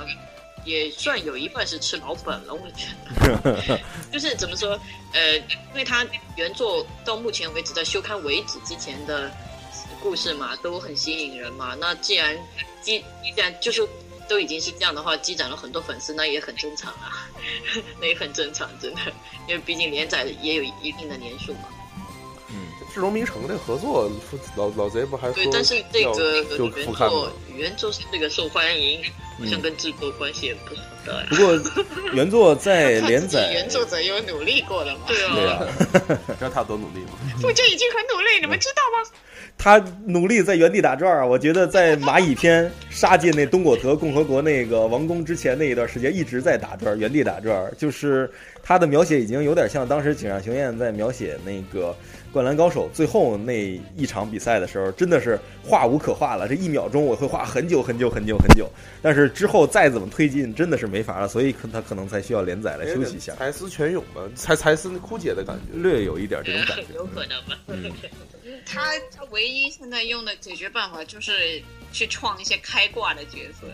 Speaker 10: 也算有一半是吃老本了，我觉得。 [laughs] 就是怎么说，呃，因为他原作到目前为止在休刊为止之前的故事嘛，都很吸引人嘛。那既然积既然就是都已经是这样的话，积攒了很多粉丝，那也很正常啊， [laughs] 那也很正常，真的，因为毕竟连载也有一定的年数嘛。
Speaker 7: 智龙迷城这个合作，富老老贼不还说
Speaker 10: 对，但是这
Speaker 7: 要
Speaker 10: 个呃
Speaker 7: 就
Speaker 10: 原
Speaker 7: 复刊吗
Speaker 10: 作？原作是这个受欢迎，好像跟制作关系也不是很大呀。
Speaker 8: 不过原作在连
Speaker 10: [laughs]
Speaker 8: 载，
Speaker 6: 原作者有努力过了嘛？对
Speaker 8: 对啊，
Speaker 7: 知道他有多努力吗？
Speaker 6: 傅娟已经很努力，你们知道吗？
Speaker 8: 他努力在原地打转啊！我觉得在蚂蚁篇杀进那东果德共和国那个王宫之前那一段时间一直在打转，原地打转，就是他的描写已经有点像当时井上雄彦在描写那个《灌篮高手》最后那一场比赛的时候，真的是画无可画了。这一秒钟我会画很久很久很久很久，但是之后再怎么推进真的是没法了，所以可他可能才需要连载来休息一下，
Speaker 7: 才思泉涌吧，才才思枯竭的感觉，
Speaker 8: 略有一点这种感觉。
Speaker 10: 有可能吧。
Speaker 8: 嗯
Speaker 6: 他他唯一现在用的解决办法就是去创一些开挂的角色。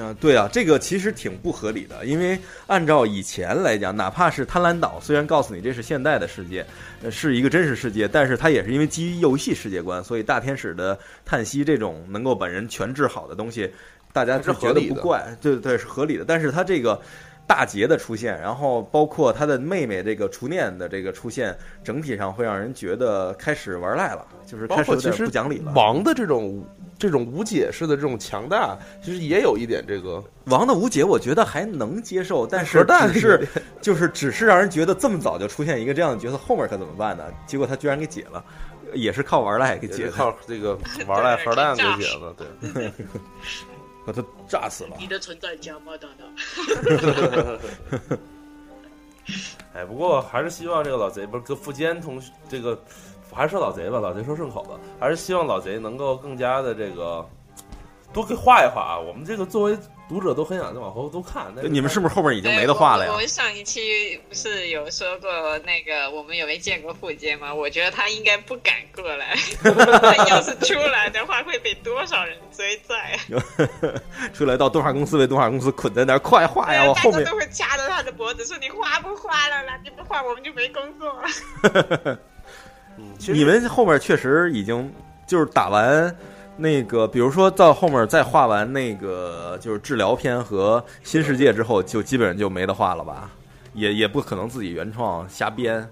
Speaker 8: 啊，对啊，这个其实挺不合理的，因为按照以前来讲，哪怕是《贪婪岛》，虽然告诉你这是现代的世界，呃，是一个真实世界，但是它也是因为基于游戏世界观，所以大天使的叹息这种能够把人全治好的东西，大家就觉得不怪，对对是合理的。但是它这个大杰的出现，然后包括他的妹妹这个厨念的这个出现，整体上会让人觉得开始玩赖了，就是
Speaker 7: 包
Speaker 8: 开始
Speaker 7: 括
Speaker 8: 有
Speaker 7: 其
Speaker 8: 点
Speaker 7: 实
Speaker 8: 不讲理了。
Speaker 7: 王的这种这种无解式的这种强大，其实也有一点这个
Speaker 8: 王的无解，我觉得还能接受，但
Speaker 7: 核
Speaker 8: 是
Speaker 7: 弹
Speaker 8: 只是就是只是让人觉得这么早就出现一个这样的角色，后面可怎么办呢？结果他居然给解了，也是靠玩赖给解
Speaker 7: 也
Speaker 8: 的，
Speaker 7: 是靠这个玩赖核弹给解了，对。 [laughs]
Speaker 8: 把他炸死了。
Speaker 10: 你的存在加吗，大大？
Speaker 7: 哎，不过还是希望这个老贼不是跟富坚同学这个，还是说老贼吧，老贼说顺口了，还是希望老贼能够更加的这个多给画一画啊。我们这个作为读者都很想往后都看。但
Speaker 8: [laughs] 你们是不是后边已经没得话了呀
Speaker 6: 我我上一期不是有说过那个我们有没有见过富坚吗？我觉得他应该不敢过来， [laughs] 他要是出来的话会被多少人追债？啊
Speaker 8: 出来到动画公司被动画公司捆在那儿，快画哎呀！我后
Speaker 6: 大
Speaker 8: 面
Speaker 6: 家都会掐着他的脖子说：“你画不画了啦？你不画我们就没工作了。
Speaker 3: 嗯
Speaker 8: 你们后面确实已经就是打完那个，比如说到后面再画完那个就是治疗篇和新世界之后，就基本上就没得画了吧？也也不可能自己原创瞎编。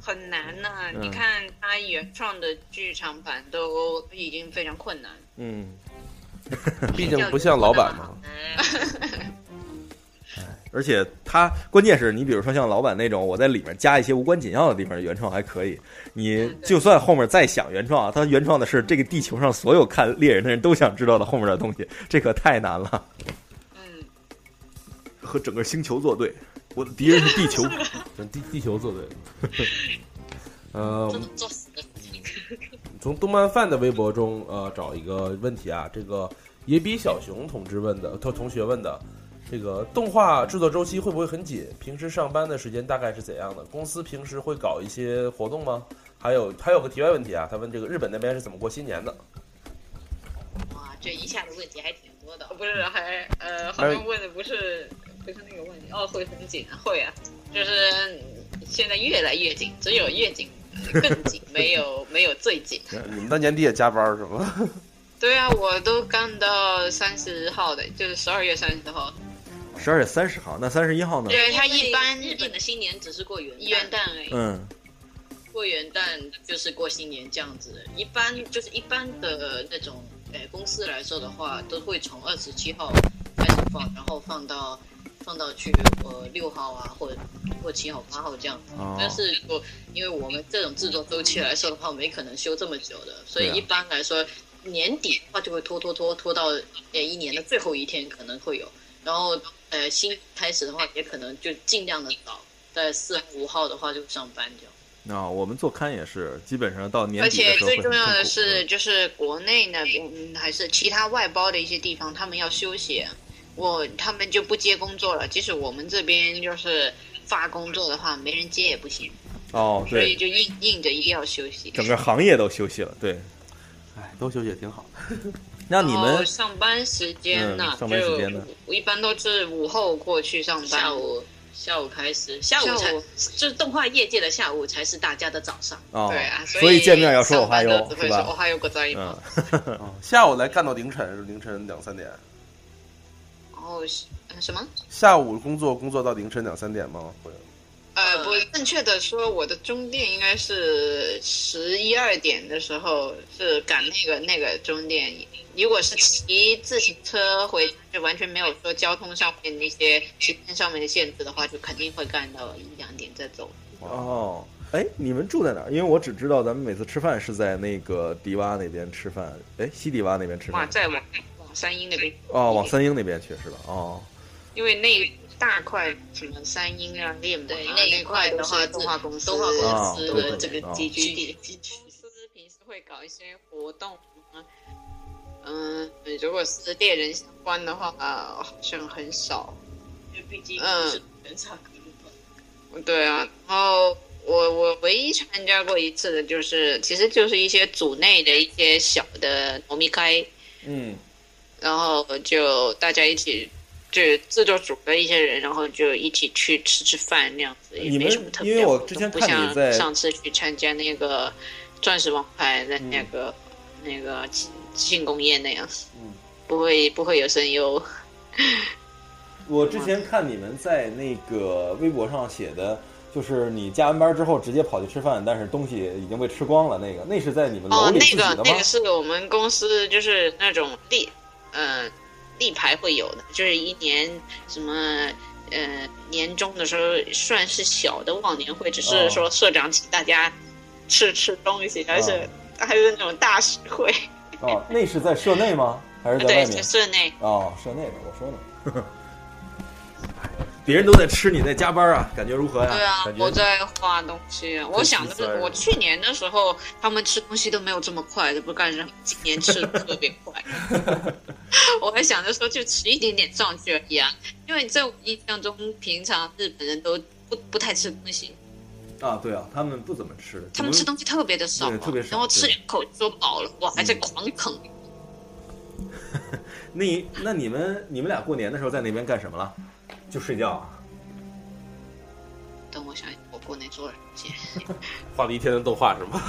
Speaker 6: 很难呐、
Speaker 8: 嗯
Speaker 6: 你看他原创的剧场版都已经非常困难。
Speaker 8: 嗯，
Speaker 7: 毕竟不像老板嘛。
Speaker 8: 而且它关键是你比如说像老板那种，我在里面加一些无关紧要的地方，原创还可以。你就算后面再想原创，啊它原创的是这个地球上所有看猎人的人都想知道的后面的东西，这可太难了。嗯，和整个星球作对，我的敌人是地球，
Speaker 7: 地地球
Speaker 6: [laughs]
Speaker 7: 作对。呃，我们
Speaker 6: 作死的
Speaker 7: 从动漫范的微博中呃找一个问题啊，这个野比小熊同志问的，同同学问的，这个动画制作周期会不会很紧？平时上班的时间大概是怎样的？公司平时会搞一些活动吗？还有还有个题外问题啊，他问这个日本那边是怎么过新年的？”
Speaker 6: 哇，啊这一下子问题还挺多的。不是，还呃，好像问的不是不是那个问题。哦，会很紧啊，会啊，就是现在越来越紧，只有越紧更紧，没有没有最紧。
Speaker 7: 你们到年底也加班是吗？
Speaker 6: 对啊，我都干到三十号的，就是十二月三十号。
Speaker 8: 十二月三十号，那三十一号呢？
Speaker 6: 对他一般
Speaker 10: 日本的新年只是过元
Speaker 6: 元旦而已，
Speaker 8: 嗯，
Speaker 10: 过元旦就是过新年这样子。一般就是一般的那种呃公司来说的话，都会从二十七号开始放，然后放到放到去呃六号啊，或者或七号、八号这样。
Speaker 6: 哦
Speaker 10: 但是如果因为我们这种制作周期来说的话，没可能休这么久的，所
Speaker 6: 对
Speaker 10: 以
Speaker 6: 啊
Speaker 10: 一般来说。年底的话就会拖拖拖拖到呃一年的最后一天可能会有，然后呃新开始的话也可能就尽量的早，在四五号的话就上班这样。
Speaker 8: 啊、我们做刊也是，基本上到年
Speaker 6: 而
Speaker 8: 底的
Speaker 6: 且
Speaker 8: 时候会
Speaker 6: 最重要
Speaker 8: 很
Speaker 6: 的
Speaker 8: 痛苦嗯
Speaker 6: 是，就是国内那边嗯还是其他外包的一些地方，他们要休息，我他们就不接工作了。即使我们这边就是发工作的话，没人接也不行，
Speaker 8: 哦，
Speaker 6: 所
Speaker 8: 对，
Speaker 6: 以就硬硬着一定要休息。
Speaker 8: 整个行业都休息了，对，
Speaker 3: 哎，都休息也挺好。
Speaker 8: 那你
Speaker 6: 然
Speaker 8: 们
Speaker 6: 后上班哦时间呢？
Speaker 8: 嗯上班时间呢
Speaker 6: 就我一般都是午后过去上班，
Speaker 10: 下午下午开始，下午才
Speaker 6: 下午
Speaker 10: 就是动画业界的下午才是大家的早上。
Speaker 8: 哦
Speaker 10: 对啊，
Speaker 8: 所以见面要说我还有
Speaker 10: 只
Speaker 8: 是
Speaker 10: 会说
Speaker 8: 吧？嗯
Speaker 10: 我还有个在意吗？
Speaker 7: 哦下午来干到凌晨，凌晨两三点。
Speaker 6: 然后是呃什么？
Speaker 7: 下午工作工作到凌晨两三点吗？
Speaker 6: 呃，不，正确的说，我的终点应该是十一二点的时候是赶那个那个终点。如果是骑自行车回，就完全没有说交通上面那些时间上面的限制的话，就肯定会干到一两点再走。
Speaker 8: 哦，哎，你们住在哪儿？因为我只知道咱们每次吃饭是在那个迪洼那边吃饭，哎，西迪洼那边吃
Speaker 6: 哇，
Speaker 8: 饭。
Speaker 6: 再往往三英那边，
Speaker 8: 哦，往三英那边去是吧？哦，
Speaker 6: 因为那一大块什么三英啊、猎马啊
Speaker 10: 那一
Speaker 6: 那块的话，
Speaker 10: 块都
Speaker 6: 动
Speaker 10: 是
Speaker 6: 画公司
Speaker 10: 动画
Speaker 8: 公司的啊
Speaker 10: 这个
Speaker 6: 集
Speaker 10: 集
Speaker 6: 聚
Speaker 10: 聚
Speaker 6: 地
Speaker 10: 地，
Speaker 6: 集聚公司平时会搞一些活动啊。嗯，如果是猎人相关的话，啊好像很少。
Speaker 10: 因为毕竟
Speaker 6: 嗯
Speaker 10: 是原厂根本
Speaker 6: 对啊，然后我我唯一参加过一次的就是，其实就是一些组内的一些小的农民开，
Speaker 8: 嗯，
Speaker 6: 然后就大家一起，就制作组的一些人，然后就一起去吃吃饭那样子，
Speaker 8: 你
Speaker 6: 也
Speaker 8: 们
Speaker 6: 没什么特别
Speaker 8: 因
Speaker 6: 的
Speaker 8: 为
Speaker 6: 活
Speaker 8: 我
Speaker 6: 动。
Speaker 8: 之前
Speaker 6: 不
Speaker 8: 看你
Speaker 6: 像
Speaker 8: 在
Speaker 6: 上次去参加那个钻石王牌的那个、那个庆庆功宴那样，
Speaker 8: 嗯，
Speaker 6: 不会不会有声优。
Speaker 8: 我之前看你们在那个微博上写的，就是你加完班之后直接跑去吃饭，但是东西已经被吃光了。那个，那是在你们楼
Speaker 6: 哦，
Speaker 8: 里自
Speaker 6: 那
Speaker 8: 己的
Speaker 6: 个
Speaker 8: 吗？
Speaker 6: 那个是我们公司就是那种立，嗯、立牌会有的，就是一年什么。呃，年终的时候算是小的忘年会，只是
Speaker 10: 哦
Speaker 6: 说社长请大家吃吃东西，而且
Speaker 8: 哦
Speaker 6: 还是那种大实惠。
Speaker 8: 哦，那是在社内吗？还是在
Speaker 6: [laughs] 对，
Speaker 8: 外
Speaker 6: 在
Speaker 8: 面？
Speaker 6: 室内。
Speaker 8: 哦，社内的，我说呢。别人都在吃，你在加班啊？感觉如何呀？
Speaker 6: 对啊
Speaker 8: 感，觉
Speaker 6: 我在画东西。我想的
Speaker 8: 心酸
Speaker 6: 是，
Speaker 8: 啊
Speaker 6: 我去年的时候， [laughs] 他们吃东西都没有这么快，都不干什么。今年吃的特别快，我还想着说就迟一点点上去而已啊，因为在我印象中，平常日本人都不不太吃东西，
Speaker 8: 啊，对啊，他们不怎么吃，
Speaker 6: 他们吃东西特别的少啊、
Speaker 8: 对特别少
Speaker 6: 然后吃
Speaker 8: 对
Speaker 6: 两口就饱了，哇，还在狂啃。
Speaker 8: 那你那你们你们俩过年的时候在那边干什么了？就睡觉啊？
Speaker 6: 等我想想，我过年做了什么事？
Speaker 11: 画了一天的动画是吗？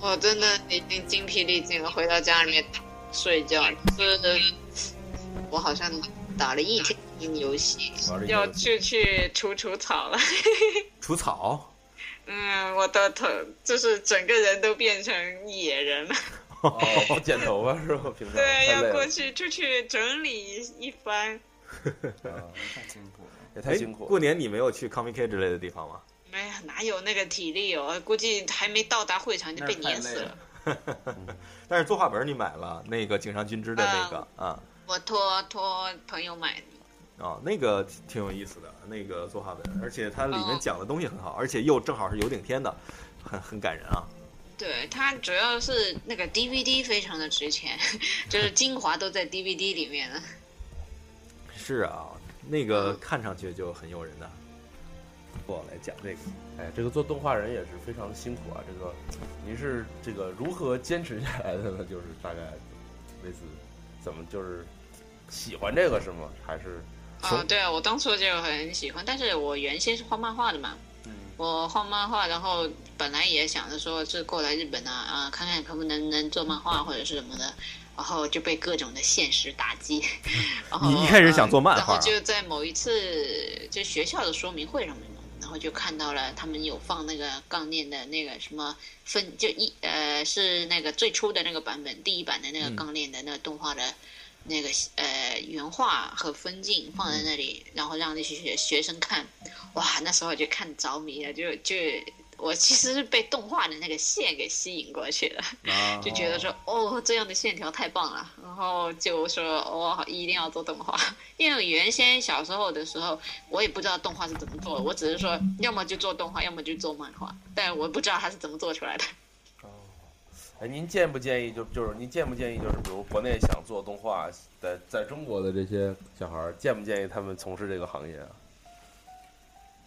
Speaker 6: 我真的已经精疲力尽了，回到家里面睡觉。就是我好像打了一天游戏
Speaker 8: 玩了，一天
Speaker 6: 要去去除除草了。
Speaker 8: 除草？
Speaker 6: 嗯，我的头就是整个人都变成野人了。 [laughs]
Speaker 11: 哦，不剪头发是吧？平常
Speaker 6: 对，
Speaker 11: 太累
Speaker 6: 要
Speaker 11: 了
Speaker 6: 过去出去整理一番。
Speaker 11: 太辛苦了，也太辛苦
Speaker 8: 哎
Speaker 11: 了。
Speaker 8: 过年你没有去 Comic K 之类的地方吗？
Speaker 6: 没有，哎哪有那个体力哦？估计还没到达会场就被碾死了。
Speaker 8: 但是作画本你买了那个井上君之的那个啊
Speaker 6: 我托托朋友买的，
Speaker 8: 哦，那个挺挺有意思的那个作画本，而且它里
Speaker 6: 哦
Speaker 8: 面讲的东西很好，而且又正好是有顶天的，很很感人啊。
Speaker 6: 对，它主要是那个 DVD 非常的值钱， [laughs] 就是精华都在 DVD 里面了。
Speaker 8: 是啊，那个看上去就很诱人的。我来讲这个，
Speaker 11: 哎，这个做动画人也是非常辛苦啊。这个您是这个如何坚持下来的呢？就是大概类似怎么就是喜欢这个是吗？还是
Speaker 6: 啊、对啊，我当初就很喜欢，但是我原先是画漫画的嘛，
Speaker 11: 嗯
Speaker 6: 我画漫画，然后本来也想着说是过来日本啊啊、看看可不能能做漫画或者是什么的，然后就被各种的现实打击。然后
Speaker 8: 你一开始想做漫
Speaker 6: 哦然
Speaker 8: 画
Speaker 6: 后
Speaker 8: 啊，
Speaker 6: 就在某一次就学校的说明会上面嘛，然后就看到了他们有放那个杠念的那个什么分，就一呃是那个最初的那个版本第一版的那个
Speaker 10: 嗯
Speaker 6: 杠念的那个动画的。那个呃原画和分镜放在那里，
Speaker 8: 嗯
Speaker 6: 然后让那些学学生看，哇，那时候就看着迷了，就就我其实是被动画的那个线给吸引过去了，
Speaker 8: 啊
Speaker 6: [laughs] 就觉得说哦这样的线条太棒了，然后就说哦一定要做动画，因为原先小时候的时候我也不知道动画是怎么做的，我只是说要么就做动画，要么就做漫画，但我不知道它是怎么做出来的。
Speaker 11: 哎，您建不建议就就是您建不建议就是比如国内想做动画，在在中国的这些小孩儿建不建议他们从事这个行业啊？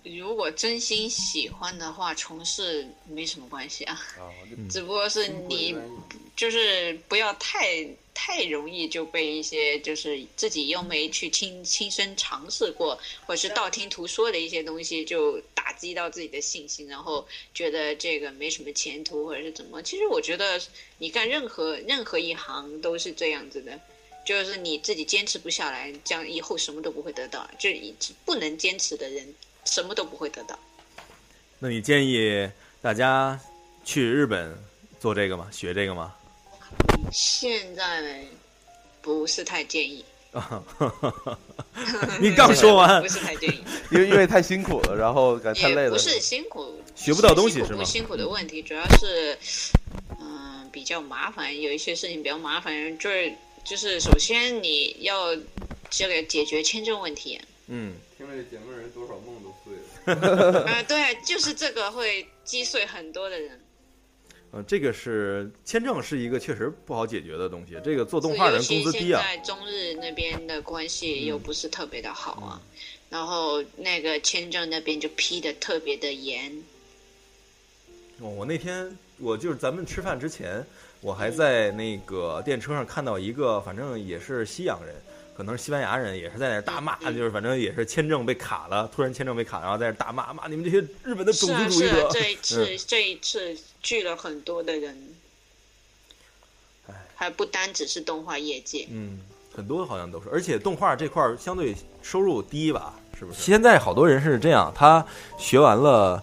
Speaker 6: 如果真心喜欢的话，从事没什么关系啊。
Speaker 11: 啊，
Speaker 6: 只不过是你就是不要太太容易就被一些就是自己又没去亲亲身尝试过，或者是道听途说的一些东西，就打击到自己的信心，然后觉得这个没什么前途或者是怎么。其实我觉得你干任何任何一行都是这样子的。就是你自己坚持不下来，这样以后什么都不会得到。就以不能坚持的人，什么都不会得到。
Speaker 8: 那你建议大家去日本做这个吗？学这个吗？
Speaker 6: 现在不是太建议，
Speaker 8: 啊，
Speaker 6: [laughs]
Speaker 8: 你刚说完
Speaker 6: 不是太建议，
Speaker 11: 因为因为太辛苦了，然后感觉 [laughs] 太累
Speaker 6: 也
Speaker 11: 了，
Speaker 6: 不是辛苦，
Speaker 11: 学不到东西
Speaker 6: 辛苦
Speaker 11: 是吗
Speaker 6: 不辛苦的问题，主要是嗯、比较麻烦，有一些事情比较麻烦，就是就是首先你要这个解决签证
Speaker 11: [laughs]
Speaker 6: 问题，
Speaker 8: 嗯，
Speaker 5: 听这节目人多少梦都碎了。
Speaker 6: 呃，对，就是这个会击碎很多的人，
Speaker 8: 呃，这个是签证是一个确实不好解决的东西。这个做动画人工资低啊
Speaker 6: 尤其现，在中日那边的关
Speaker 11: 嗯
Speaker 6: 系又不是特别的好啊，然后那个签证那边就批的特别的严，
Speaker 8: 我我那天我就是咱们吃饭之前，我还在那个电车上看到一个，反正也是西洋人，可能是西班牙人，也是在那儿大
Speaker 6: 嗯
Speaker 8: 骂，就是反正也是签证被卡了，突然签证被卡，然后在那儿大骂骂你们这些日本的种
Speaker 6: 是啊
Speaker 8: 族主
Speaker 6: 是
Speaker 8: 义者。
Speaker 6: 啊，这一次、
Speaker 8: 嗯
Speaker 6: 这一次聚了很多的人，还不单只是动画业界，
Speaker 8: 嗯，很多好像都是，而且动画这块儿相对收入低吧，是不是？现在好多人是这样，他学完了，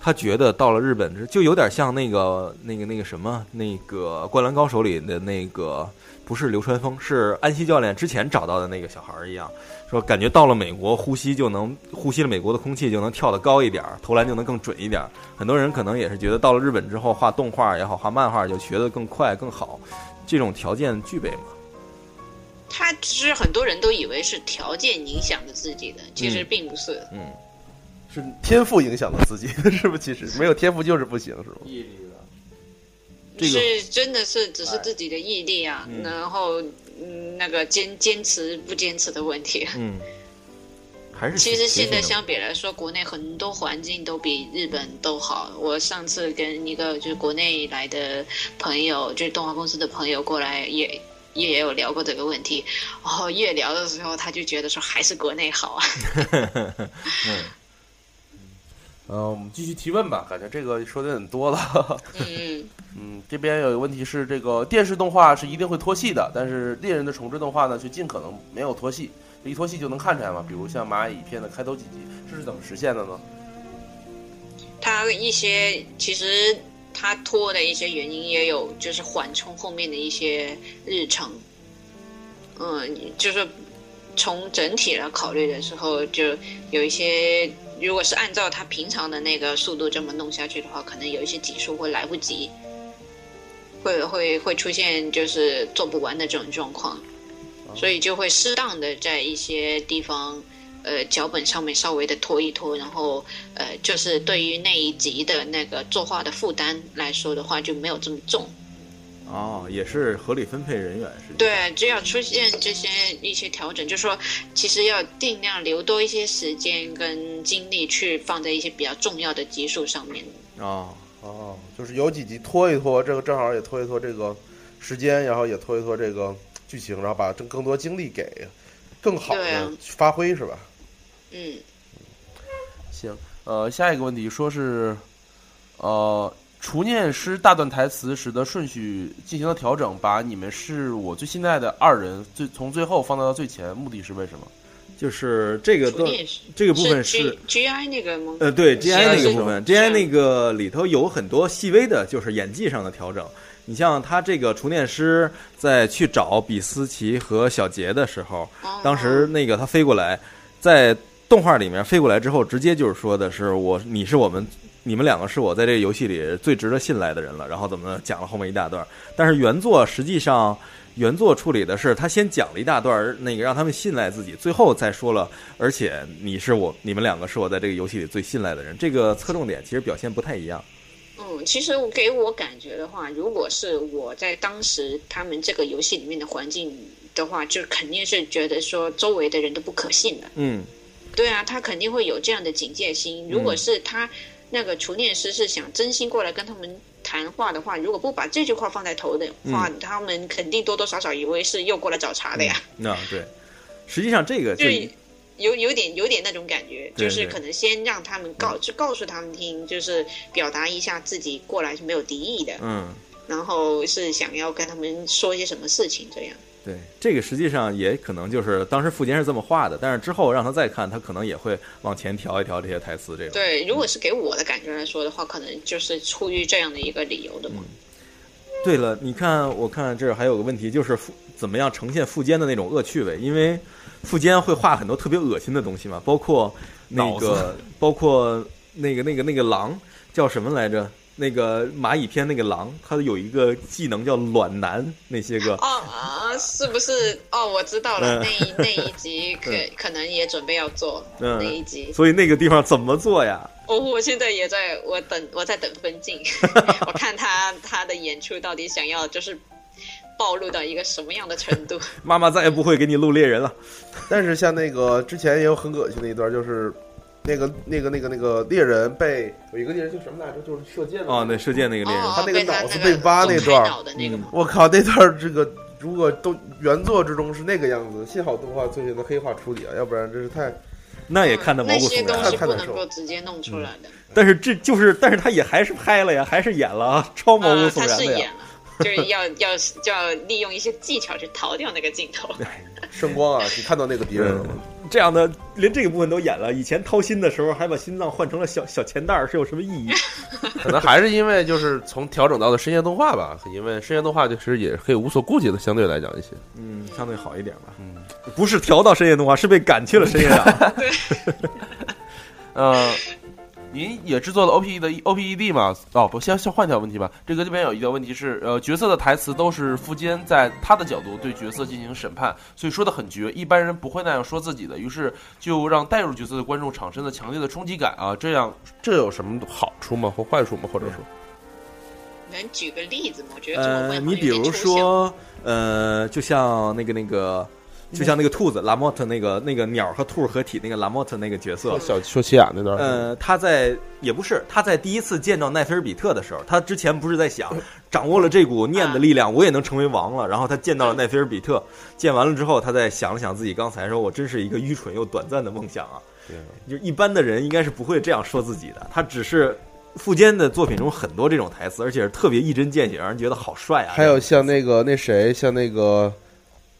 Speaker 8: 他觉得到了日本之，就有点像那个那个那个什么，那个《灌篮高手》里的那个，不是流川枫，是安西教练之前找到的那个小孩儿一样，说感觉到了美国，呼吸就能呼吸了美国的空气，就能跳得高一点儿，投篮就能更准一点儿。很多人可能也是觉得到了日本之后，画动画也好，画漫画就学得更快更好，这种条件具备吗？
Speaker 6: 他其实很多人都以为是条件影响着自己的，其实并不是。
Speaker 8: 嗯，
Speaker 11: 是天赋影响了自己，是不是？其实没有天赋就是不行，是吗？
Speaker 5: 毅力的，
Speaker 8: 这个
Speaker 6: 是真的是只是自己的毅力啊，
Speaker 8: 嗯
Speaker 6: 然后嗯，那个坚坚持不坚持的问题。
Speaker 8: 嗯，还是
Speaker 6: 其实现在
Speaker 8: 相
Speaker 6: 相比来说，国内很多环境都比日本都好。我上次跟一个就是国内来的朋友，就是动画公司的朋友过来也。也有聊过这个问题，然后越聊的时候，他就觉得说还是国内好啊。
Speaker 7: 嗯，呃，我们继续提问吧，感觉这个说的有点多了。 [laughs]
Speaker 6: [laughs] 嗯
Speaker 7: 嗯，这边有一个问题是，这个电视动画是一定会脱戏的，但是猎人的重制动画呢，却尽可能没有脱戏，一脱戏就能看出来嘛。比如像蚂蚁片的开头几集，这是怎么实现的呢？
Speaker 6: 他一些其实他拖的一些原因也有，就是缓冲后面的一些日程。嗯，就是从整体来考虑的时候，就有一些，如果是按照他平常的那个速度这么弄下去的话，可能有一些集数会来不及，会会会出现就是做不完的这种状况，所以就会适当的在一些地方，呃，脚本上面稍微的拖一拖，然后呃，就是对于那一集的那个作画的负担来说的话，就没有这么重。
Speaker 8: 哦，也是合理分配人员是。
Speaker 6: 对，只要出现这些一些调整，就说其实要尽量留多一些时间跟精力去放在一些比较重要的集数上面。
Speaker 8: 哦
Speaker 11: 哦，就是有几集拖一拖，这个正好也拖一拖这个时间，然后也拖一拖这个剧情，然后把更更多精力给更好
Speaker 6: 对啊
Speaker 11: 的发挥，是吧？
Speaker 6: 嗯，
Speaker 7: 行，呃，下一个问题说是，呃，除念师大段台词时的顺序进行了调整，把你们是我最信赖的二人最从最后放到了最前，目的是为什么？
Speaker 8: 就是这个
Speaker 6: 不念是
Speaker 8: 这个部分
Speaker 6: 是
Speaker 8: 是
Speaker 6: G I 哎那个吗？
Speaker 8: 呃，对 G I 那个
Speaker 6: 是
Speaker 8: 部分，G I 那个里头有很多细微的，就是演技上的调整。你像他这个厨念师在去找比斯奇和小杰的时候，当时那个他飞过来，在动画里面飞过来之后，直接就是说的是我你是我们你们两个是我在这个游戏里最值得信赖的人了，然后怎么讲了后面一大段。但是原作实际上原作处理的是他先讲了一大段儿，那个让他们信赖自己，最后再说了，而且你是我你们两个是我在这个游戏里最信赖的人，这个侧重点其实表现不太一样。
Speaker 6: 嗯，其实我给我感觉的话，如果是我在当时他们这个游戏里面的环境的话，就肯定是觉得说周围的人都不可信的。
Speaker 8: 嗯，
Speaker 6: 对啊，他肯定会有这样的警戒
Speaker 8: 嗯
Speaker 6: 心。如果是他那个厨念师是想真心过来跟他们谈话的话，如果不把这句话放在头的话，
Speaker 8: 嗯
Speaker 6: 他们肯定多多少少以为是又过来找茬的呀。
Speaker 8: 那、嗯啊对，实际上这个就
Speaker 6: 对有有点有点那种感觉，
Speaker 8: 对
Speaker 6: 就是
Speaker 8: 对嗯
Speaker 6: 可能先让他们告，就告诉他们听，就是表达一下自己过来是没有敌意的，
Speaker 8: 嗯。
Speaker 6: 然后是想要跟他们说些什么事情这样。
Speaker 8: 对，这个实际上也可能就是当时富坚是这么画的，但是之后让他再看，他可能也会往前调一调这些台词。这种
Speaker 6: 对，如果是给我的感觉来说的话，可能就是出于这样的一个理由的
Speaker 8: 嗯
Speaker 6: 嘛。
Speaker 8: 对了，你看，我看这儿还有个问题，就是富怎么样呈现富坚的那种恶趣味？因为富坚会画很多特别恶心的东西嘛，包括那
Speaker 7: 脑
Speaker 8: 个
Speaker 7: 子，
Speaker 8: 包括那个那个那个狼叫什么来着？那个蚂蚁篇那个狼，它有一个技能叫卵男，那些个
Speaker 6: 哦啊，是不是？哦，我知道了，
Speaker 8: 嗯
Speaker 6: 那一那一集可
Speaker 8: 嗯
Speaker 6: 可能也准备要做
Speaker 8: 嗯
Speaker 6: 那一集，
Speaker 8: 所以那个地方怎么做呀？
Speaker 6: 我我现在也在我等我在等分镜，我看他他的演出到底想要就是暴露到一个什么样的程度。
Speaker 8: 妈妈再也不会给你录猎人了。
Speaker 11: 但是像那个之前也有很恶心的一段，就是那个那个那个那个猎人被有一个猎人叫什么来着，就是射箭的
Speaker 8: 哦，那射箭那个猎人，
Speaker 11: 他那个脑子被挖那段儿，
Speaker 8: 嗯
Speaker 11: 我靠，那段儿这个如果都原作之中是那个样子，幸好动画最近的黑化处理啊，要不然真是太
Speaker 8: 那也看得毛
Speaker 6: 那
Speaker 8: 骨
Speaker 6: 些
Speaker 8: 悚
Speaker 6: 东
Speaker 8: 然，啊
Speaker 6: 西不能够直接弄出来的，
Speaker 8: 但是这就是，但是他也还是拍了呀，还是演了啊，超毛骨
Speaker 6: 啊，
Speaker 8: 悚
Speaker 6: 他是
Speaker 8: 然的
Speaker 6: 演
Speaker 8: 呀。
Speaker 6: 了，就是要要要利用一些技巧去逃掉那个镜头。
Speaker 11: 圣光啊，你看到那个敌人了吗？
Speaker 7: 嗯
Speaker 8: 这样的连这个部分都演了，以前掏心的时候还把心脏换成了小小钱袋儿，是有什么意
Speaker 6: [laughs]
Speaker 8: 义？
Speaker 7: 可能还是因为就是从调整到的深夜动画吧，因为深夜动画其实也可以无所顾忌的，相对来讲一些。
Speaker 8: 嗯，相对好一点吧。嗯，不是调到深夜动画，是被赶去了深夜档。
Speaker 7: 呃，您也制作了 OPE 的 OPED 嘛？哦，不，先先换一条问题吧。这个这边有一条问题是，呃，角色的台词都是富坚在他的角度对角色进行审判，所以说的很绝，一般人不会那样说自己的，于是就让带入角色的观众产生了强烈的冲击感啊。这样这有什么好处吗？或坏处吗？或者说，
Speaker 6: 能举个例子吗？我 [laughs] 觉得这个
Speaker 8: 呃，
Speaker 6: 问
Speaker 8: 你比如说，呃，就像那个那个，就像那个兔子拉莫特那个那个鸟和兔合体那个拉莫特那个角色，
Speaker 7: 小说西雅那
Speaker 11: 啊嗯
Speaker 7: 段儿，
Speaker 8: 呃，他在也不是他在第一次见到奈菲尔比特的时候，他之前不是
Speaker 11: [laughs]
Speaker 8: 在想，掌握了这股念的力量，我也能成为王了。然后他见到了奈菲尔比特，见完了之后，他再想了想自己刚才说，我真是一个愚蠢又短暂的梦想啊。
Speaker 7: 对，
Speaker 8: 就一般的人应该是不会这样说自己的，他只是。富坚的作品中很多这种台词，而且是特别一针见血，让人觉得好帅啊！
Speaker 11: 还有像那个那谁，像那个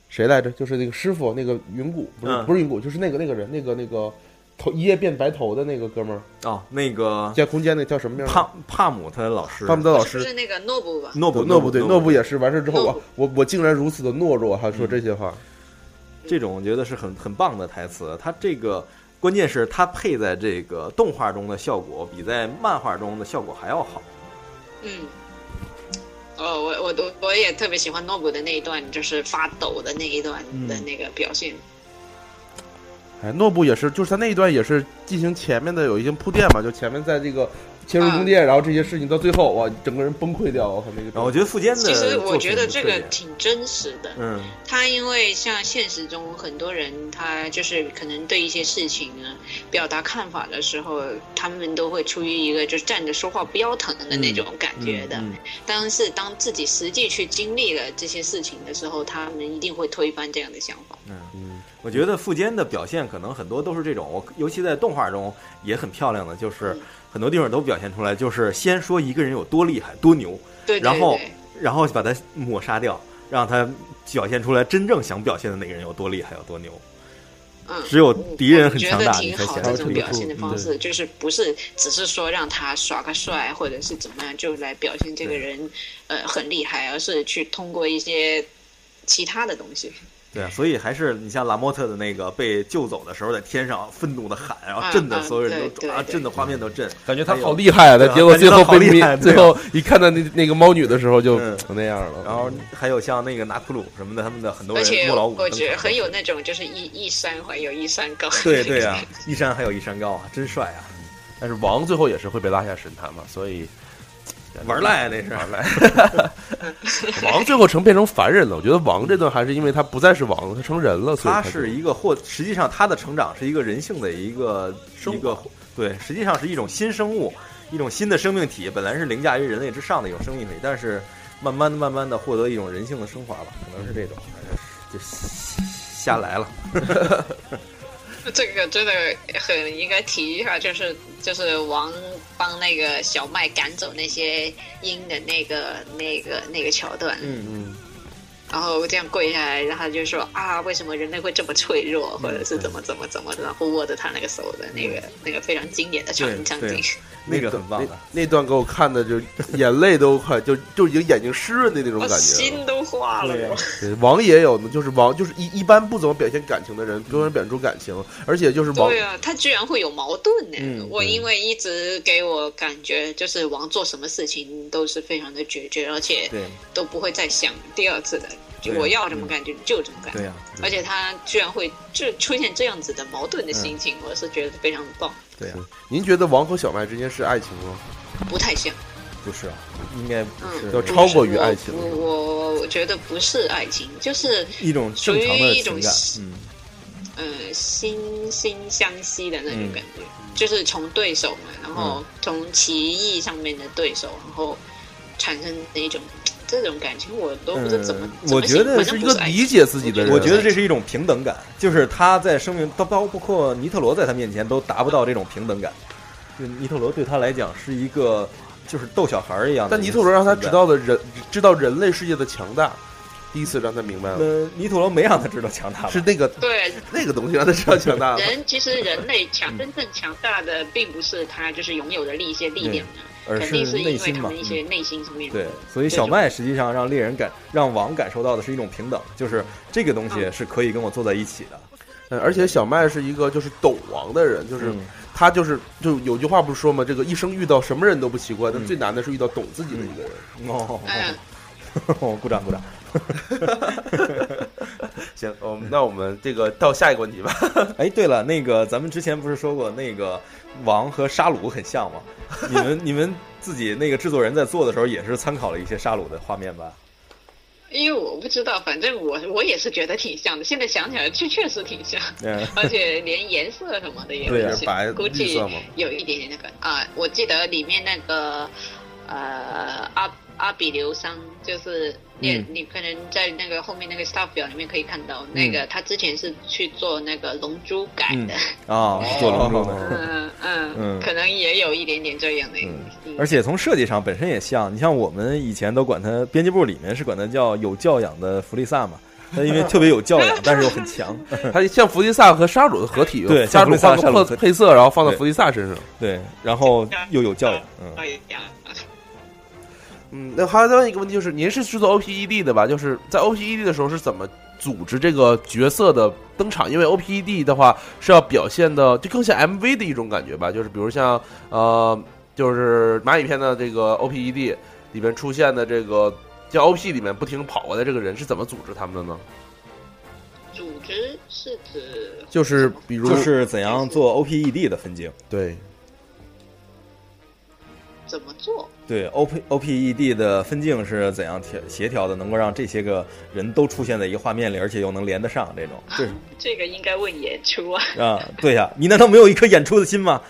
Speaker 11: 谁来着？就是那个师傅，那个云谷，不是、
Speaker 8: 嗯
Speaker 11: 不是云谷，就是那个那个人，那个那个头一夜变白头的那个哥们儿，
Speaker 8: 哦，那
Speaker 7: 啊
Speaker 8: 个
Speaker 11: 在空间那叫什么名儿？
Speaker 8: 帕帕姆他老师，
Speaker 11: 帕姆德老师
Speaker 6: 是不是那个诺布吧？
Speaker 8: 诺布
Speaker 11: 诺布对
Speaker 8: 诺
Speaker 11: 诺
Speaker 8: 布
Speaker 11: 布也是完事之后，我我我竟然如此的懦弱，还说这些话。
Speaker 8: 这种我觉得是很很棒的台词。它这个关键是它配在这个动画中的效果比在漫画中的效果还要好。
Speaker 6: 嗯，哦，我我我我也特别喜欢诺布的那一段，就是发抖的那一段
Speaker 11: 嗯
Speaker 6: 的那个表现。
Speaker 7: 嗯
Speaker 11: 哎，诺布也是，就是他那一段也是进行前面的有一些铺垫嘛，就前面在这
Speaker 7: 嗯
Speaker 11: 个切入中间，然后这些事情到最后，哇，整个人崩溃掉，我靠那个。
Speaker 8: 我觉得富坚
Speaker 6: 其实我觉得这个挺真实的。
Speaker 8: 嗯，
Speaker 6: 他因为像现实中很多人，他就是可能对一些事情呢表达看法的时候，他们都会出于一个就是站着说话不腰疼的那种感觉的。
Speaker 8: 嗯
Speaker 6: 但是当自己实际去经历了这些事情的时候，他们一定会推翻这样的想法。
Speaker 8: 嗯嗯，我觉得富坚的表现可能很多都是这种，我尤其在动画中也很漂亮的，就是很多地方都表现出来，就是先说一个人有多厉害、多牛，
Speaker 6: 对对
Speaker 8: 然后
Speaker 6: 对
Speaker 8: 然后把他抹杀掉，让他表现出来真正想表现的那个人有多厉害、有多牛。
Speaker 6: 嗯，
Speaker 8: 只有敌人很
Speaker 6: 我觉
Speaker 8: 强
Speaker 6: 得
Speaker 8: 大
Speaker 6: 挺
Speaker 8: 你才
Speaker 6: 好
Speaker 8: 显
Speaker 6: 的
Speaker 8: 得
Speaker 6: 这
Speaker 8: 特
Speaker 6: 种
Speaker 8: 别
Speaker 6: 表
Speaker 8: 酷
Speaker 6: 现的
Speaker 8: 嗯
Speaker 6: 方
Speaker 8: 对
Speaker 6: 式，就是不是只是说让他耍个帅或者是怎么样就来表现这个人呃很厉害，而是去通过一些其他的东西。
Speaker 8: 对，啊所以还是你像拉莫特的那个被救走的时候，在天上愤怒的喊，然后
Speaker 6: 啊
Speaker 8: 震的
Speaker 6: 啊
Speaker 8: 所有人都
Speaker 6: 对
Speaker 8: 抓啊，
Speaker 6: 对
Speaker 8: 震的画面都震，
Speaker 11: 感觉
Speaker 7: 他好厉害啊！但结果最后被
Speaker 8: 厉
Speaker 7: 灭
Speaker 8: 害，，
Speaker 7: 最
Speaker 11: 啊
Speaker 8: 对
Speaker 7: 后一看到那那个猫女的时候就
Speaker 11: 嗯
Speaker 7: 那样了。嗯
Speaker 8: 然后还有像那个拿库鲁什么的，他们的很多
Speaker 6: 而
Speaker 8: 人
Speaker 6: 且
Speaker 8: 莫老五
Speaker 6: 我
Speaker 8: 登
Speaker 6: 觉得
Speaker 8: 场
Speaker 6: 很有那种就是一一山还有一山高。 [laughs]
Speaker 8: 对对啊，一山还有一山高啊，真帅啊！
Speaker 7: 但是王最后也是会被拉下神坛嘛，所
Speaker 11: [laughs]
Speaker 7: 以
Speaker 8: 玩赖啊那是
Speaker 7: 玩赖。王最后成变成凡人了，我觉得王这段还是因为他不再是王了，他成人了，所以
Speaker 8: 他是一个获，实际上他的成长是一个人性的一个一个对，实际上是一种新生物，一种新的生命体，本来是凌驾于人类之上的一种生命体，但是慢慢的、慢慢的获得一种人性的升华吧，可能是这种，就瞎来了。
Speaker 6: 这个真的很应该提一下，就是就是王帮那个小麦赶走那些鹰的那个那个那个桥段。
Speaker 8: 嗯嗯，
Speaker 6: 然后这样跪下来，然后他就说啊，为什么人类会这么脆弱，或者是怎么怎么怎么，然后握着他那个手的那
Speaker 11: 嗯
Speaker 6: 个那个非常经典的场场景。
Speaker 8: 那个很棒啊
Speaker 11: 的那段给我看的就 [laughs] 眼泪都快就就已经眼睛湿润的那种
Speaker 6: 我
Speaker 11: 感觉了。
Speaker 6: 啊心都化了。我
Speaker 11: 对啊王也有呢，就是王就是一一般不怎么表现感情的人，不
Speaker 8: 嗯
Speaker 11: 怎么表现出感情，而且就是 [laughs] 王
Speaker 6: 对啊，他居然会有矛盾呢、
Speaker 11: 嗯
Speaker 6: 我因为一直给我感觉就是王做什么事情都是非常的决绝，而且 [laughs]
Speaker 8: 对
Speaker 6: 都不会再想第二次的，就
Speaker 8: 对啊
Speaker 6: 我要怎么感觉就怎么感觉。
Speaker 8: 对呀、
Speaker 6: 而且他居然会就出现这样子的矛盾的心情，我是觉得非常棒，
Speaker 11: 对呀、您觉得王和小麦之间是爱情吗？
Speaker 6: 不太像。
Speaker 8: 不是啊，应该
Speaker 6: 嗯
Speaker 8: 不是，
Speaker 11: 要超过于爱情
Speaker 6: 我我我觉得不是爱情，就是
Speaker 8: 一种
Speaker 6: 属
Speaker 8: 正
Speaker 6: 于
Speaker 8: 常的
Speaker 6: 一
Speaker 8: 情
Speaker 6: 种
Speaker 8: 感，嗯，
Speaker 6: 呃惺惺相惜的那种感觉，就是从对手嘛，然后嗯从棋艺上面的对手，然后产生的一种这种感情，我都不知道怎么。怎
Speaker 8: 嗯我
Speaker 6: 么形
Speaker 8: 觉
Speaker 6: 容
Speaker 8: 得
Speaker 6: 好像不爱情
Speaker 11: 解自己
Speaker 8: 的人，我觉得这是一种平等感，就是他在生命，他包括尼特罗在他面前都达不到这种平等感。就尼特罗对他来讲是一个就是逗小孩儿一样的
Speaker 11: 但
Speaker 8: 一
Speaker 11: 尼
Speaker 8: 个
Speaker 11: 特
Speaker 8: 存在，
Speaker 11: 罗让他知道了人知道人类世界的强大，第一次让他明白了。
Speaker 8: 呃，尼特罗没让他知道强大吧
Speaker 11: 是那个
Speaker 6: 对
Speaker 11: 那个东西让他知道强
Speaker 6: [laughs]
Speaker 11: 大了。
Speaker 6: 人其实人类
Speaker 8: 嗯
Speaker 6: 强真正强大的，并不是他就是拥有的一些力量啊，
Speaker 8: 而
Speaker 6: 肯
Speaker 8: 是
Speaker 6: 定是因
Speaker 8: 内
Speaker 6: 为
Speaker 8: 心
Speaker 6: 他
Speaker 8: 嘛嗯
Speaker 6: 们一些内心层面的
Speaker 8: 对，所以小麦实际上让猎人感让王感受到的是一种平等，就是这个东西
Speaker 6: 嗯
Speaker 8: 是可以跟我坐在一起的。
Speaker 11: 嗯，而且小麦是一个就是懂王的人，
Speaker 8: 嗯
Speaker 11: 就是、他就是就有句话不是说嘛，这个一生遇到什么人都不奇怪，但最难的是遇到懂自己的一个人。
Speaker 8: 哦，
Speaker 6: 嗯
Speaker 8: 哦， [laughs] 鼓掌鼓掌。
Speaker 11: 行，我们那我们这个到下一个问
Speaker 6: [laughs]
Speaker 11: 题吧。
Speaker 8: 哎，对了，那个咱们之前不是说过那个王和沙鲁很像吗？你们 [laughs] 你们自己那个制作人在做的时候，也是参考了一些沙鲁的画面吧？
Speaker 6: 因为我不知道，反正我我也是觉得挺像的。现在想起来，确确实挺像，
Speaker 8: 嗯
Speaker 6: 而且连颜色什么的也
Speaker 19: 对啊
Speaker 6: 很像
Speaker 19: 白
Speaker 6: 估
Speaker 19: 绿
Speaker 6: 计
Speaker 19: 色嘛
Speaker 6: 有一点点那个啊。我记得里面那个呃阿阿比留桑，就是你、
Speaker 10: 嗯
Speaker 6: 你可能在那个后面那个 staff 表里面可以看到，那个他之前是去做
Speaker 8: 嗯
Speaker 6: 那个龙珠改的，
Speaker 8: 啊，做龙珠的，
Speaker 6: 嗯嗯
Speaker 8: 嗯
Speaker 6: 可能也有一点点这样的。
Speaker 19: 嗯
Speaker 8: 而且从设计上本身也像。你像我们以前都管它，编辑部里面是管它叫有教养的弗利萨嘛，它因为特别有教养，但是又很强。
Speaker 20: 它像弗利萨和沙鲁的合体，
Speaker 8: 对，
Speaker 20: 沙
Speaker 8: 像
Speaker 20: 鲁
Speaker 8: 弗利萨
Speaker 20: 换
Speaker 8: 沙
Speaker 20: 个
Speaker 8: 鲁
Speaker 20: 配配色，然后放到弗利萨身上。
Speaker 8: 对，然后又有教养，嗯，
Speaker 6: [laughs]
Speaker 20: 嗯，那还有再问一个问题，就是您是制作 OPED E 的吧？就是在 OPED 的时候是怎么组织这个角色的登场？因为 OPED 的话是要表现的，就更像 MV 的一种感觉吧。就是比如像呃，就是蚂蚁片的这个 OPED 里面出现的这个叫 OP 里面不停跑过来这个人是怎么组织他们的呢？
Speaker 6: 组织是指
Speaker 8: 就是比如就是怎样做 OPED 的分镜，
Speaker 20: 对
Speaker 6: 怎么做？
Speaker 8: 对，OP OPED E 的分镜是怎样调协调的，能够让这些个人都出现在一个画面里，而且又能连得上这种，
Speaker 6: 啊
Speaker 8: 对。
Speaker 6: 这个应该问演出啊。
Speaker 8: 啊，对呀、你难道没有一颗演出的心 [laughs] 吗？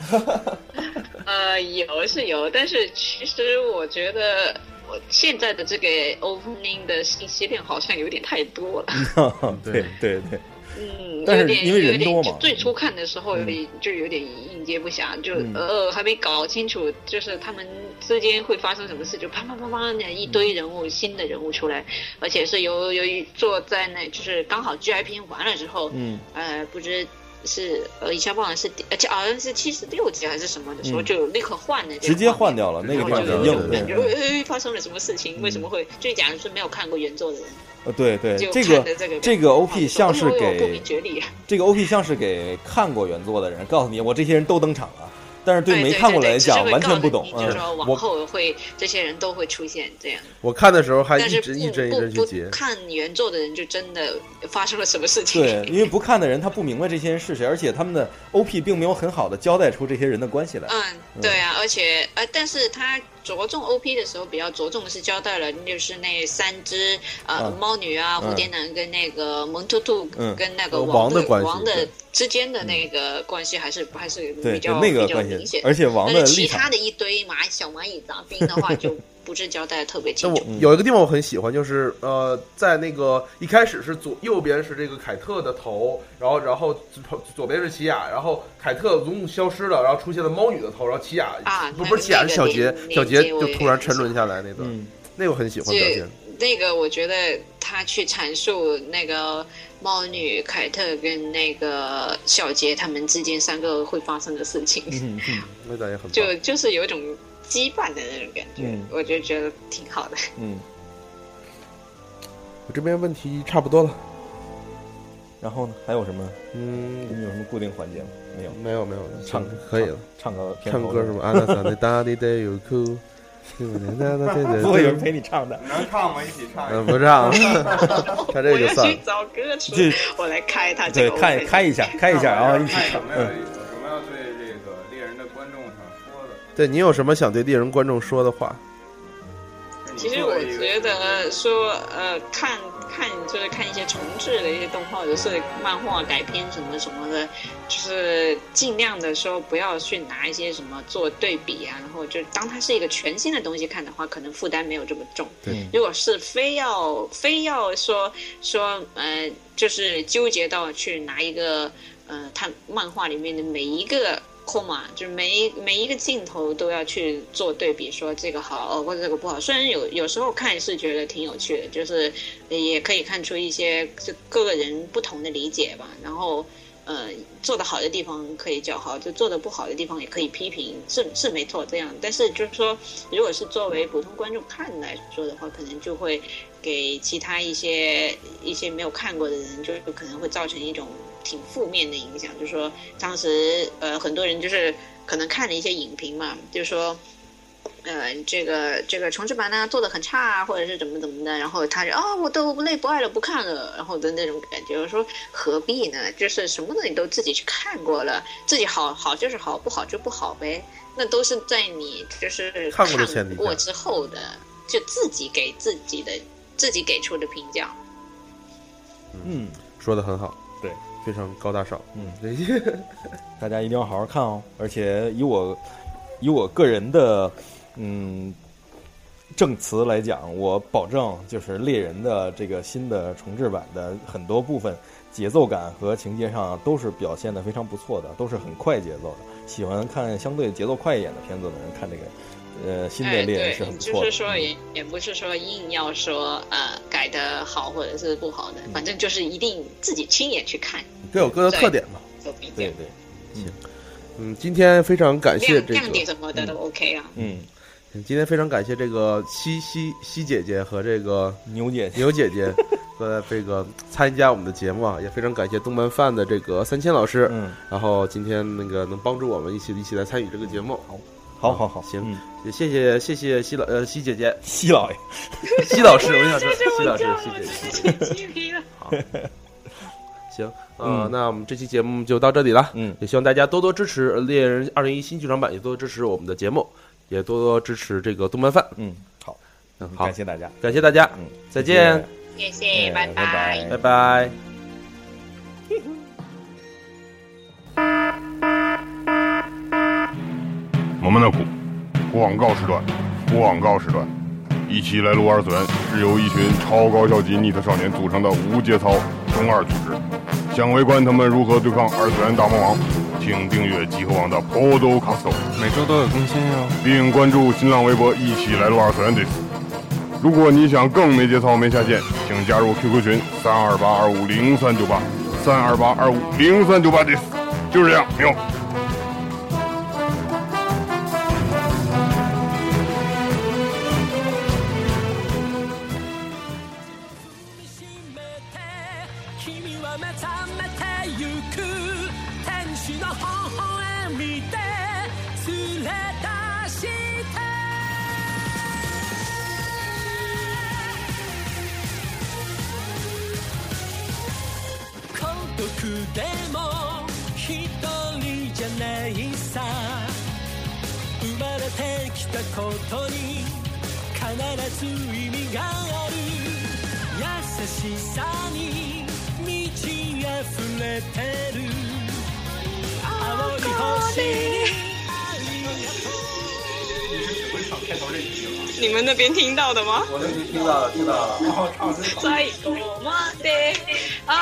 Speaker 6: 呃，有是有，但是其实我觉得我现在的这个 opening 的信息量好像有点太多了。
Speaker 8: 对对对，
Speaker 6: 嗯，
Speaker 8: 但
Speaker 6: 有
Speaker 8: 是
Speaker 6: 点
Speaker 8: 因为
Speaker 6: 有
Speaker 8: 人多
Speaker 6: 点，
Speaker 8: 嘛
Speaker 6: 就最初看的时候有点、就有点应接不暇，就、
Speaker 8: 嗯
Speaker 6: 呃还没搞清楚，就是他们之间会发生什么事，就啪啪啪啪那一
Speaker 8: 嗯
Speaker 6: 堆人物、新的人物出来，而且是由由于坐在那，就是刚好 G I 片完了之后，
Speaker 8: 嗯
Speaker 6: 呃不知。是呃，一下忘了是第，而且好像是七十六集还是什么的时候，
Speaker 8: 嗯
Speaker 6: 就立刻换了
Speaker 8: 直
Speaker 6: 这个画面，
Speaker 8: 接嗯换掉了，那个
Speaker 6: 然后
Speaker 8: 地
Speaker 6: 就
Speaker 8: 方硬，
Speaker 6: 感觉哎
Speaker 8: 对，
Speaker 6: 哎哎发生了什么事情？为什么会？就假如是没有看过原作的人，
Speaker 8: 呃对嗯对
Speaker 6: 就，
Speaker 8: 这
Speaker 6: 看着这个
Speaker 8: 个
Speaker 6: 感
Speaker 8: 这个 OP 像是
Speaker 6: 哎呦不明
Speaker 8: 给
Speaker 6: 觉厉啊。
Speaker 8: 这个 OP 像是给看过原作的人，告诉你我这些人都登场了，但是
Speaker 6: 对
Speaker 8: 没
Speaker 6: 对
Speaker 8: 看过
Speaker 6: 对
Speaker 8: 来
Speaker 6: 只是
Speaker 8: 讲
Speaker 6: 会
Speaker 8: 完全
Speaker 6: 告
Speaker 8: 不
Speaker 6: 诉
Speaker 8: 懂
Speaker 6: 你，就是说
Speaker 8: 嗯，
Speaker 6: 往后会这些人都会出现这样，
Speaker 7: 我看的时候还
Speaker 6: 但
Speaker 7: 一
Speaker 6: 是
Speaker 7: 帧一
Speaker 6: 不
Speaker 7: 帧一帧去
Speaker 6: 不
Speaker 7: 截
Speaker 6: 不。看原作的人就真的发生了什么事情？
Speaker 8: 对，因为不看的人他不明白这些人是谁，而且他们的 OP 并没有很好的交代出这些人的关系来，
Speaker 6: 嗯，对啊，而且呃，但是他着重 OP 的时候比较着重的是交代了，就是那三只呃、
Speaker 8: 嗯
Speaker 6: 猫女啊、
Speaker 8: 嗯
Speaker 6: 蝴蝶男跟那个萌兔兔、
Speaker 8: 嗯
Speaker 6: 跟那个
Speaker 8: 王
Speaker 6: 王
Speaker 8: 的关系
Speaker 6: 王
Speaker 8: 对嗯
Speaker 6: 的之间的那个关系还是、还是
Speaker 8: 对
Speaker 6: 比较
Speaker 8: 就那个
Speaker 6: 比较
Speaker 8: 关系
Speaker 6: 明显，
Speaker 8: 而且王的
Speaker 6: 但是
Speaker 8: 立
Speaker 6: 其
Speaker 8: 场
Speaker 6: 他的一堆蚂小蚂蚁杂兵
Speaker 8: [laughs]
Speaker 6: 的话就不是交代得特别
Speaker 7: 那
Speaker 6: 清
Speaker 7: 我
Speaker 6: 楚。
Speaker 7: 有一个地方我很喜欢，就是呃，在那个一开始是左右边是这个凯特的头，然后然后左左边是奇亚，然后凯特卢姆消失了，然后出现了猫女的头，然后奇亚
Speaker 6: 啊
Speaker 7: 不
Speaker 6: 那
Speaker 7: 不是奇亚
Speaker 6: 那个
Speaker 7: 是小杰，
Speaker 6: 那
Speaker 7: 小杰
Speaker 6: 那个
Speaker 7: 就
Speaker 6: 我也
Speaker 7: 突然沉沦下来那段，
Speaker 8: 嗯
Speaker 7: 那个我很喜欢表现。
Speaker 6: 那个我觉得他去阐述那个猫女凯特跟那个小杰他们之间三个会发生的事情，
Speaker 7: 嗯嗯，那段也很棒。
Speaker 6: 就就是有一种羁绊的那种感觉，
Speaker 7: 嗯
Speaker 6: 我就觉得挺好的。
Speaker 8: 嗯，
Speaker 7: 我这边问题差不多了。
Speaker 8: 然后呢，还有什么？
Speaker 7: 嗯，
Speaker 8: 你们有什么固定环节吗？没有，
Speaker 7: 没有没有，
Speaker 8: 唱
Speaker 7: 可以了，
Speaker 8: 唱个片
Speaker 7: 唱
Speaker 8: 头
Speaker 7: 歌什么？啊，那咱那哒滴得有哭，对 [laughs] 不对？哒哒滴
Speaker 8: [laughs]
Speaker 7: 得
Speaker 8: 不会有人陪你唱
Speaker 6: [laughs] 啊
Speaker 8: 的，
Speaker 5: 能唱吗？一起唱
Speaker 7: 嗯，不唱了， [laughs] 他这就
Speaker 6: 我要
Speaker 7: 算了
Speaker 6: 去。找歌词
Speaker 8: 这，
Speaker 6: 我来开他这
Speaker 8: 对
Speaker 6: 个，
Speaker 8: 看
Speaker 6: open
Speaker 8: 开一下，开一
Speaker 6: [laughs]
Speaker 8: 下，然后一起
Speaker 5: 看有
Speaker 8: 唱
Speaker 5: 没。有
Speaker 8: 嗯，
Speaker 5: 有什么要对这个猎人的观众想说的？
Speaker 7: 对你有什么想对猎人观众说的话？
Speaker 6: 其实我觉得说，呃，看看就是看一些重制的一些动画，或者是漫画改编什么什么的，就是尽量的说不要去拿一些什么做对比啊，然后就当它是一个全新的东西看的话，可能负担没有这么重。
Speaker 8: 对
Speaker 6: 如果是非要非要说说呃，就是纠结到去拿一个呃，它漫画里面的每一个 comma，就是每一每一个镜头都要去做对比，说这个好、哦、或者这个不好。虽然有有时候看是觉得挺有趣的，就是呃也可以看出一些就各个人不同的理解吧。然后呃，做得好的地方可以叫好，就做得不好的地方也可以批评，是是没错这样。但是就是说，如果是作为普通观众看来说的话，可能就会给其他一些一些没有看过的人，就是可能会造成一种挺负面的影响。就是说，当时呃很多人就是可能看了一些影评嘛，就是说。呃，这个这个重制版呢做的很差啊，或者是怎么怎么的，然后他是哦，我都不累不爱了，不看了，然后的那种感觉。我说何必呢？就是什么东西都自己去看过了，自己好好就是好，不好就不好呗。那都是在你就是
Speaker 7: 看过的前提下
Speaker 6: 过之后的，就自己给自己的自己给出的评价。
Speaker 7: 嗯，
Speaker 21: 说的很好，
Speaker 7: 对，非常高大上。
Speaker 8: 嗯，
Speaker 7: [laughs]
Speaker 8: 大家一定要好好看哦。而且以我以我个人的嗯证词来讲，我保证就是猎人的这个新的重制版的很多部分节奏感和情节上都是表现的非常不错的，都是很快节奏的。喜欢看相对节奏快一点的片子的人，看这个呃新的
Speaker 6: 哎，
Speaker 8: 猎人
Speaker 6: 对，
Speaker 8: 是很不
Speaker 6: 就
Speaker 8: 错的。嗯
Speaker 6: 是说也也不是说硬要说呃改的好或者是不好的，
Speaker 8: 嗯
Speaker 6: 反正就是一定自己亲眼去看
Speaker 7: 各有各的特点嘛。
Speaker 6: 做评价
Speaker 8: 对，对，
Speaker 7: 嗯，今天非常感谢
Speaker 6: 亮
Speaker 7: 这个
Speaker 6: 亮点什么的都 OK 啊。
Speaker 8: 嗯，
Speaker 7: 今天非常感谢这个西西西姐姐和这个
Speaker 8: 牛姐
Speaker 7: 牛
Speaker 8: [laughs]
Speaker 7: 姐姐和这个参加我们的节目啊，也非常感谢动漫范的这个三千老师，
Speaker 8: 嗯，
Speaker 7: 然后今天那个能帮助我们一起一起来参与这个节目，
Speaker 8: 好，好，好，好，
Speaker 7: 行，也谢谢谢谢西老呃西姐姐
Speaker 8: 嗯西老爷
Speaker 7: [laughs] 西老师，我想说西老师西姐姐， [laughs] 好。行，呃，
Speaker 21: 嗯
Speaker 7: 那我们这期节目就到这里了。
Speaker 8: 嗯，
Speaker 7: 也希望大家多多支持《猎人二零一新剧场版》，也多多支持我们的节目，也多多支持这个动漫饭。
Speaker 8: 嗯，好，
Speaker 7: 嗯，好，
Speaker 8: 感谢大家，
Speaker 7: 感谢大家，嗯，再见，
Speaker 6: 谢谢，拜拜。
Speaker 7: 拜拜。
Speaker 10: 萌萌的谷广告时段，广告时段，一期来撸二次元是由一群超高校级逆特少年组成的无节操中二组织，想围观他们如何对抗二次元大魔王，请订阅集合网的 Podcast，每周都有更新哟、并关注新浪微博一起来撸二次元 this。如果你想更没节操、没下限，请加入 QQ 群三二八二五零三九八三二八二五零三九八 this，就是这样，牛。
Speaker 5: 君は目覚めてゆく天使の微笑みで連れ出して孤独でも一人じゃないさ生まれてきたことに必ず意味がある優しさに満ち溢れてる青い星
Speaker 6: 你们那边听到的吗？
Speaker 7: 我那边听到了，听到了，然后唱真好。
Speaker 6: 最後まで諦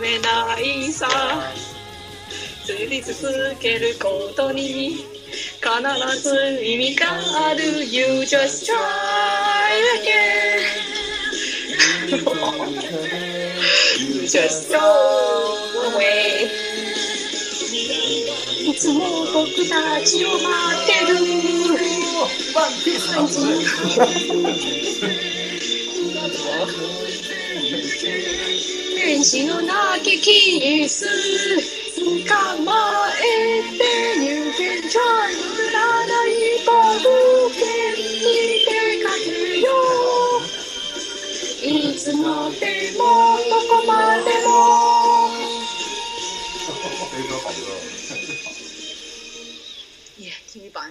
Speaker 6: めないさ釣り続けることに必ず意味がある You just try again You just go away いつも僕たちを待ってるワンピー天使の泣きキス捕まえて You can try 占い冒険に出かけよういつまでもどこまでも
Speaker 7: 非常好歌。
Speaker 6: 耶，体育版。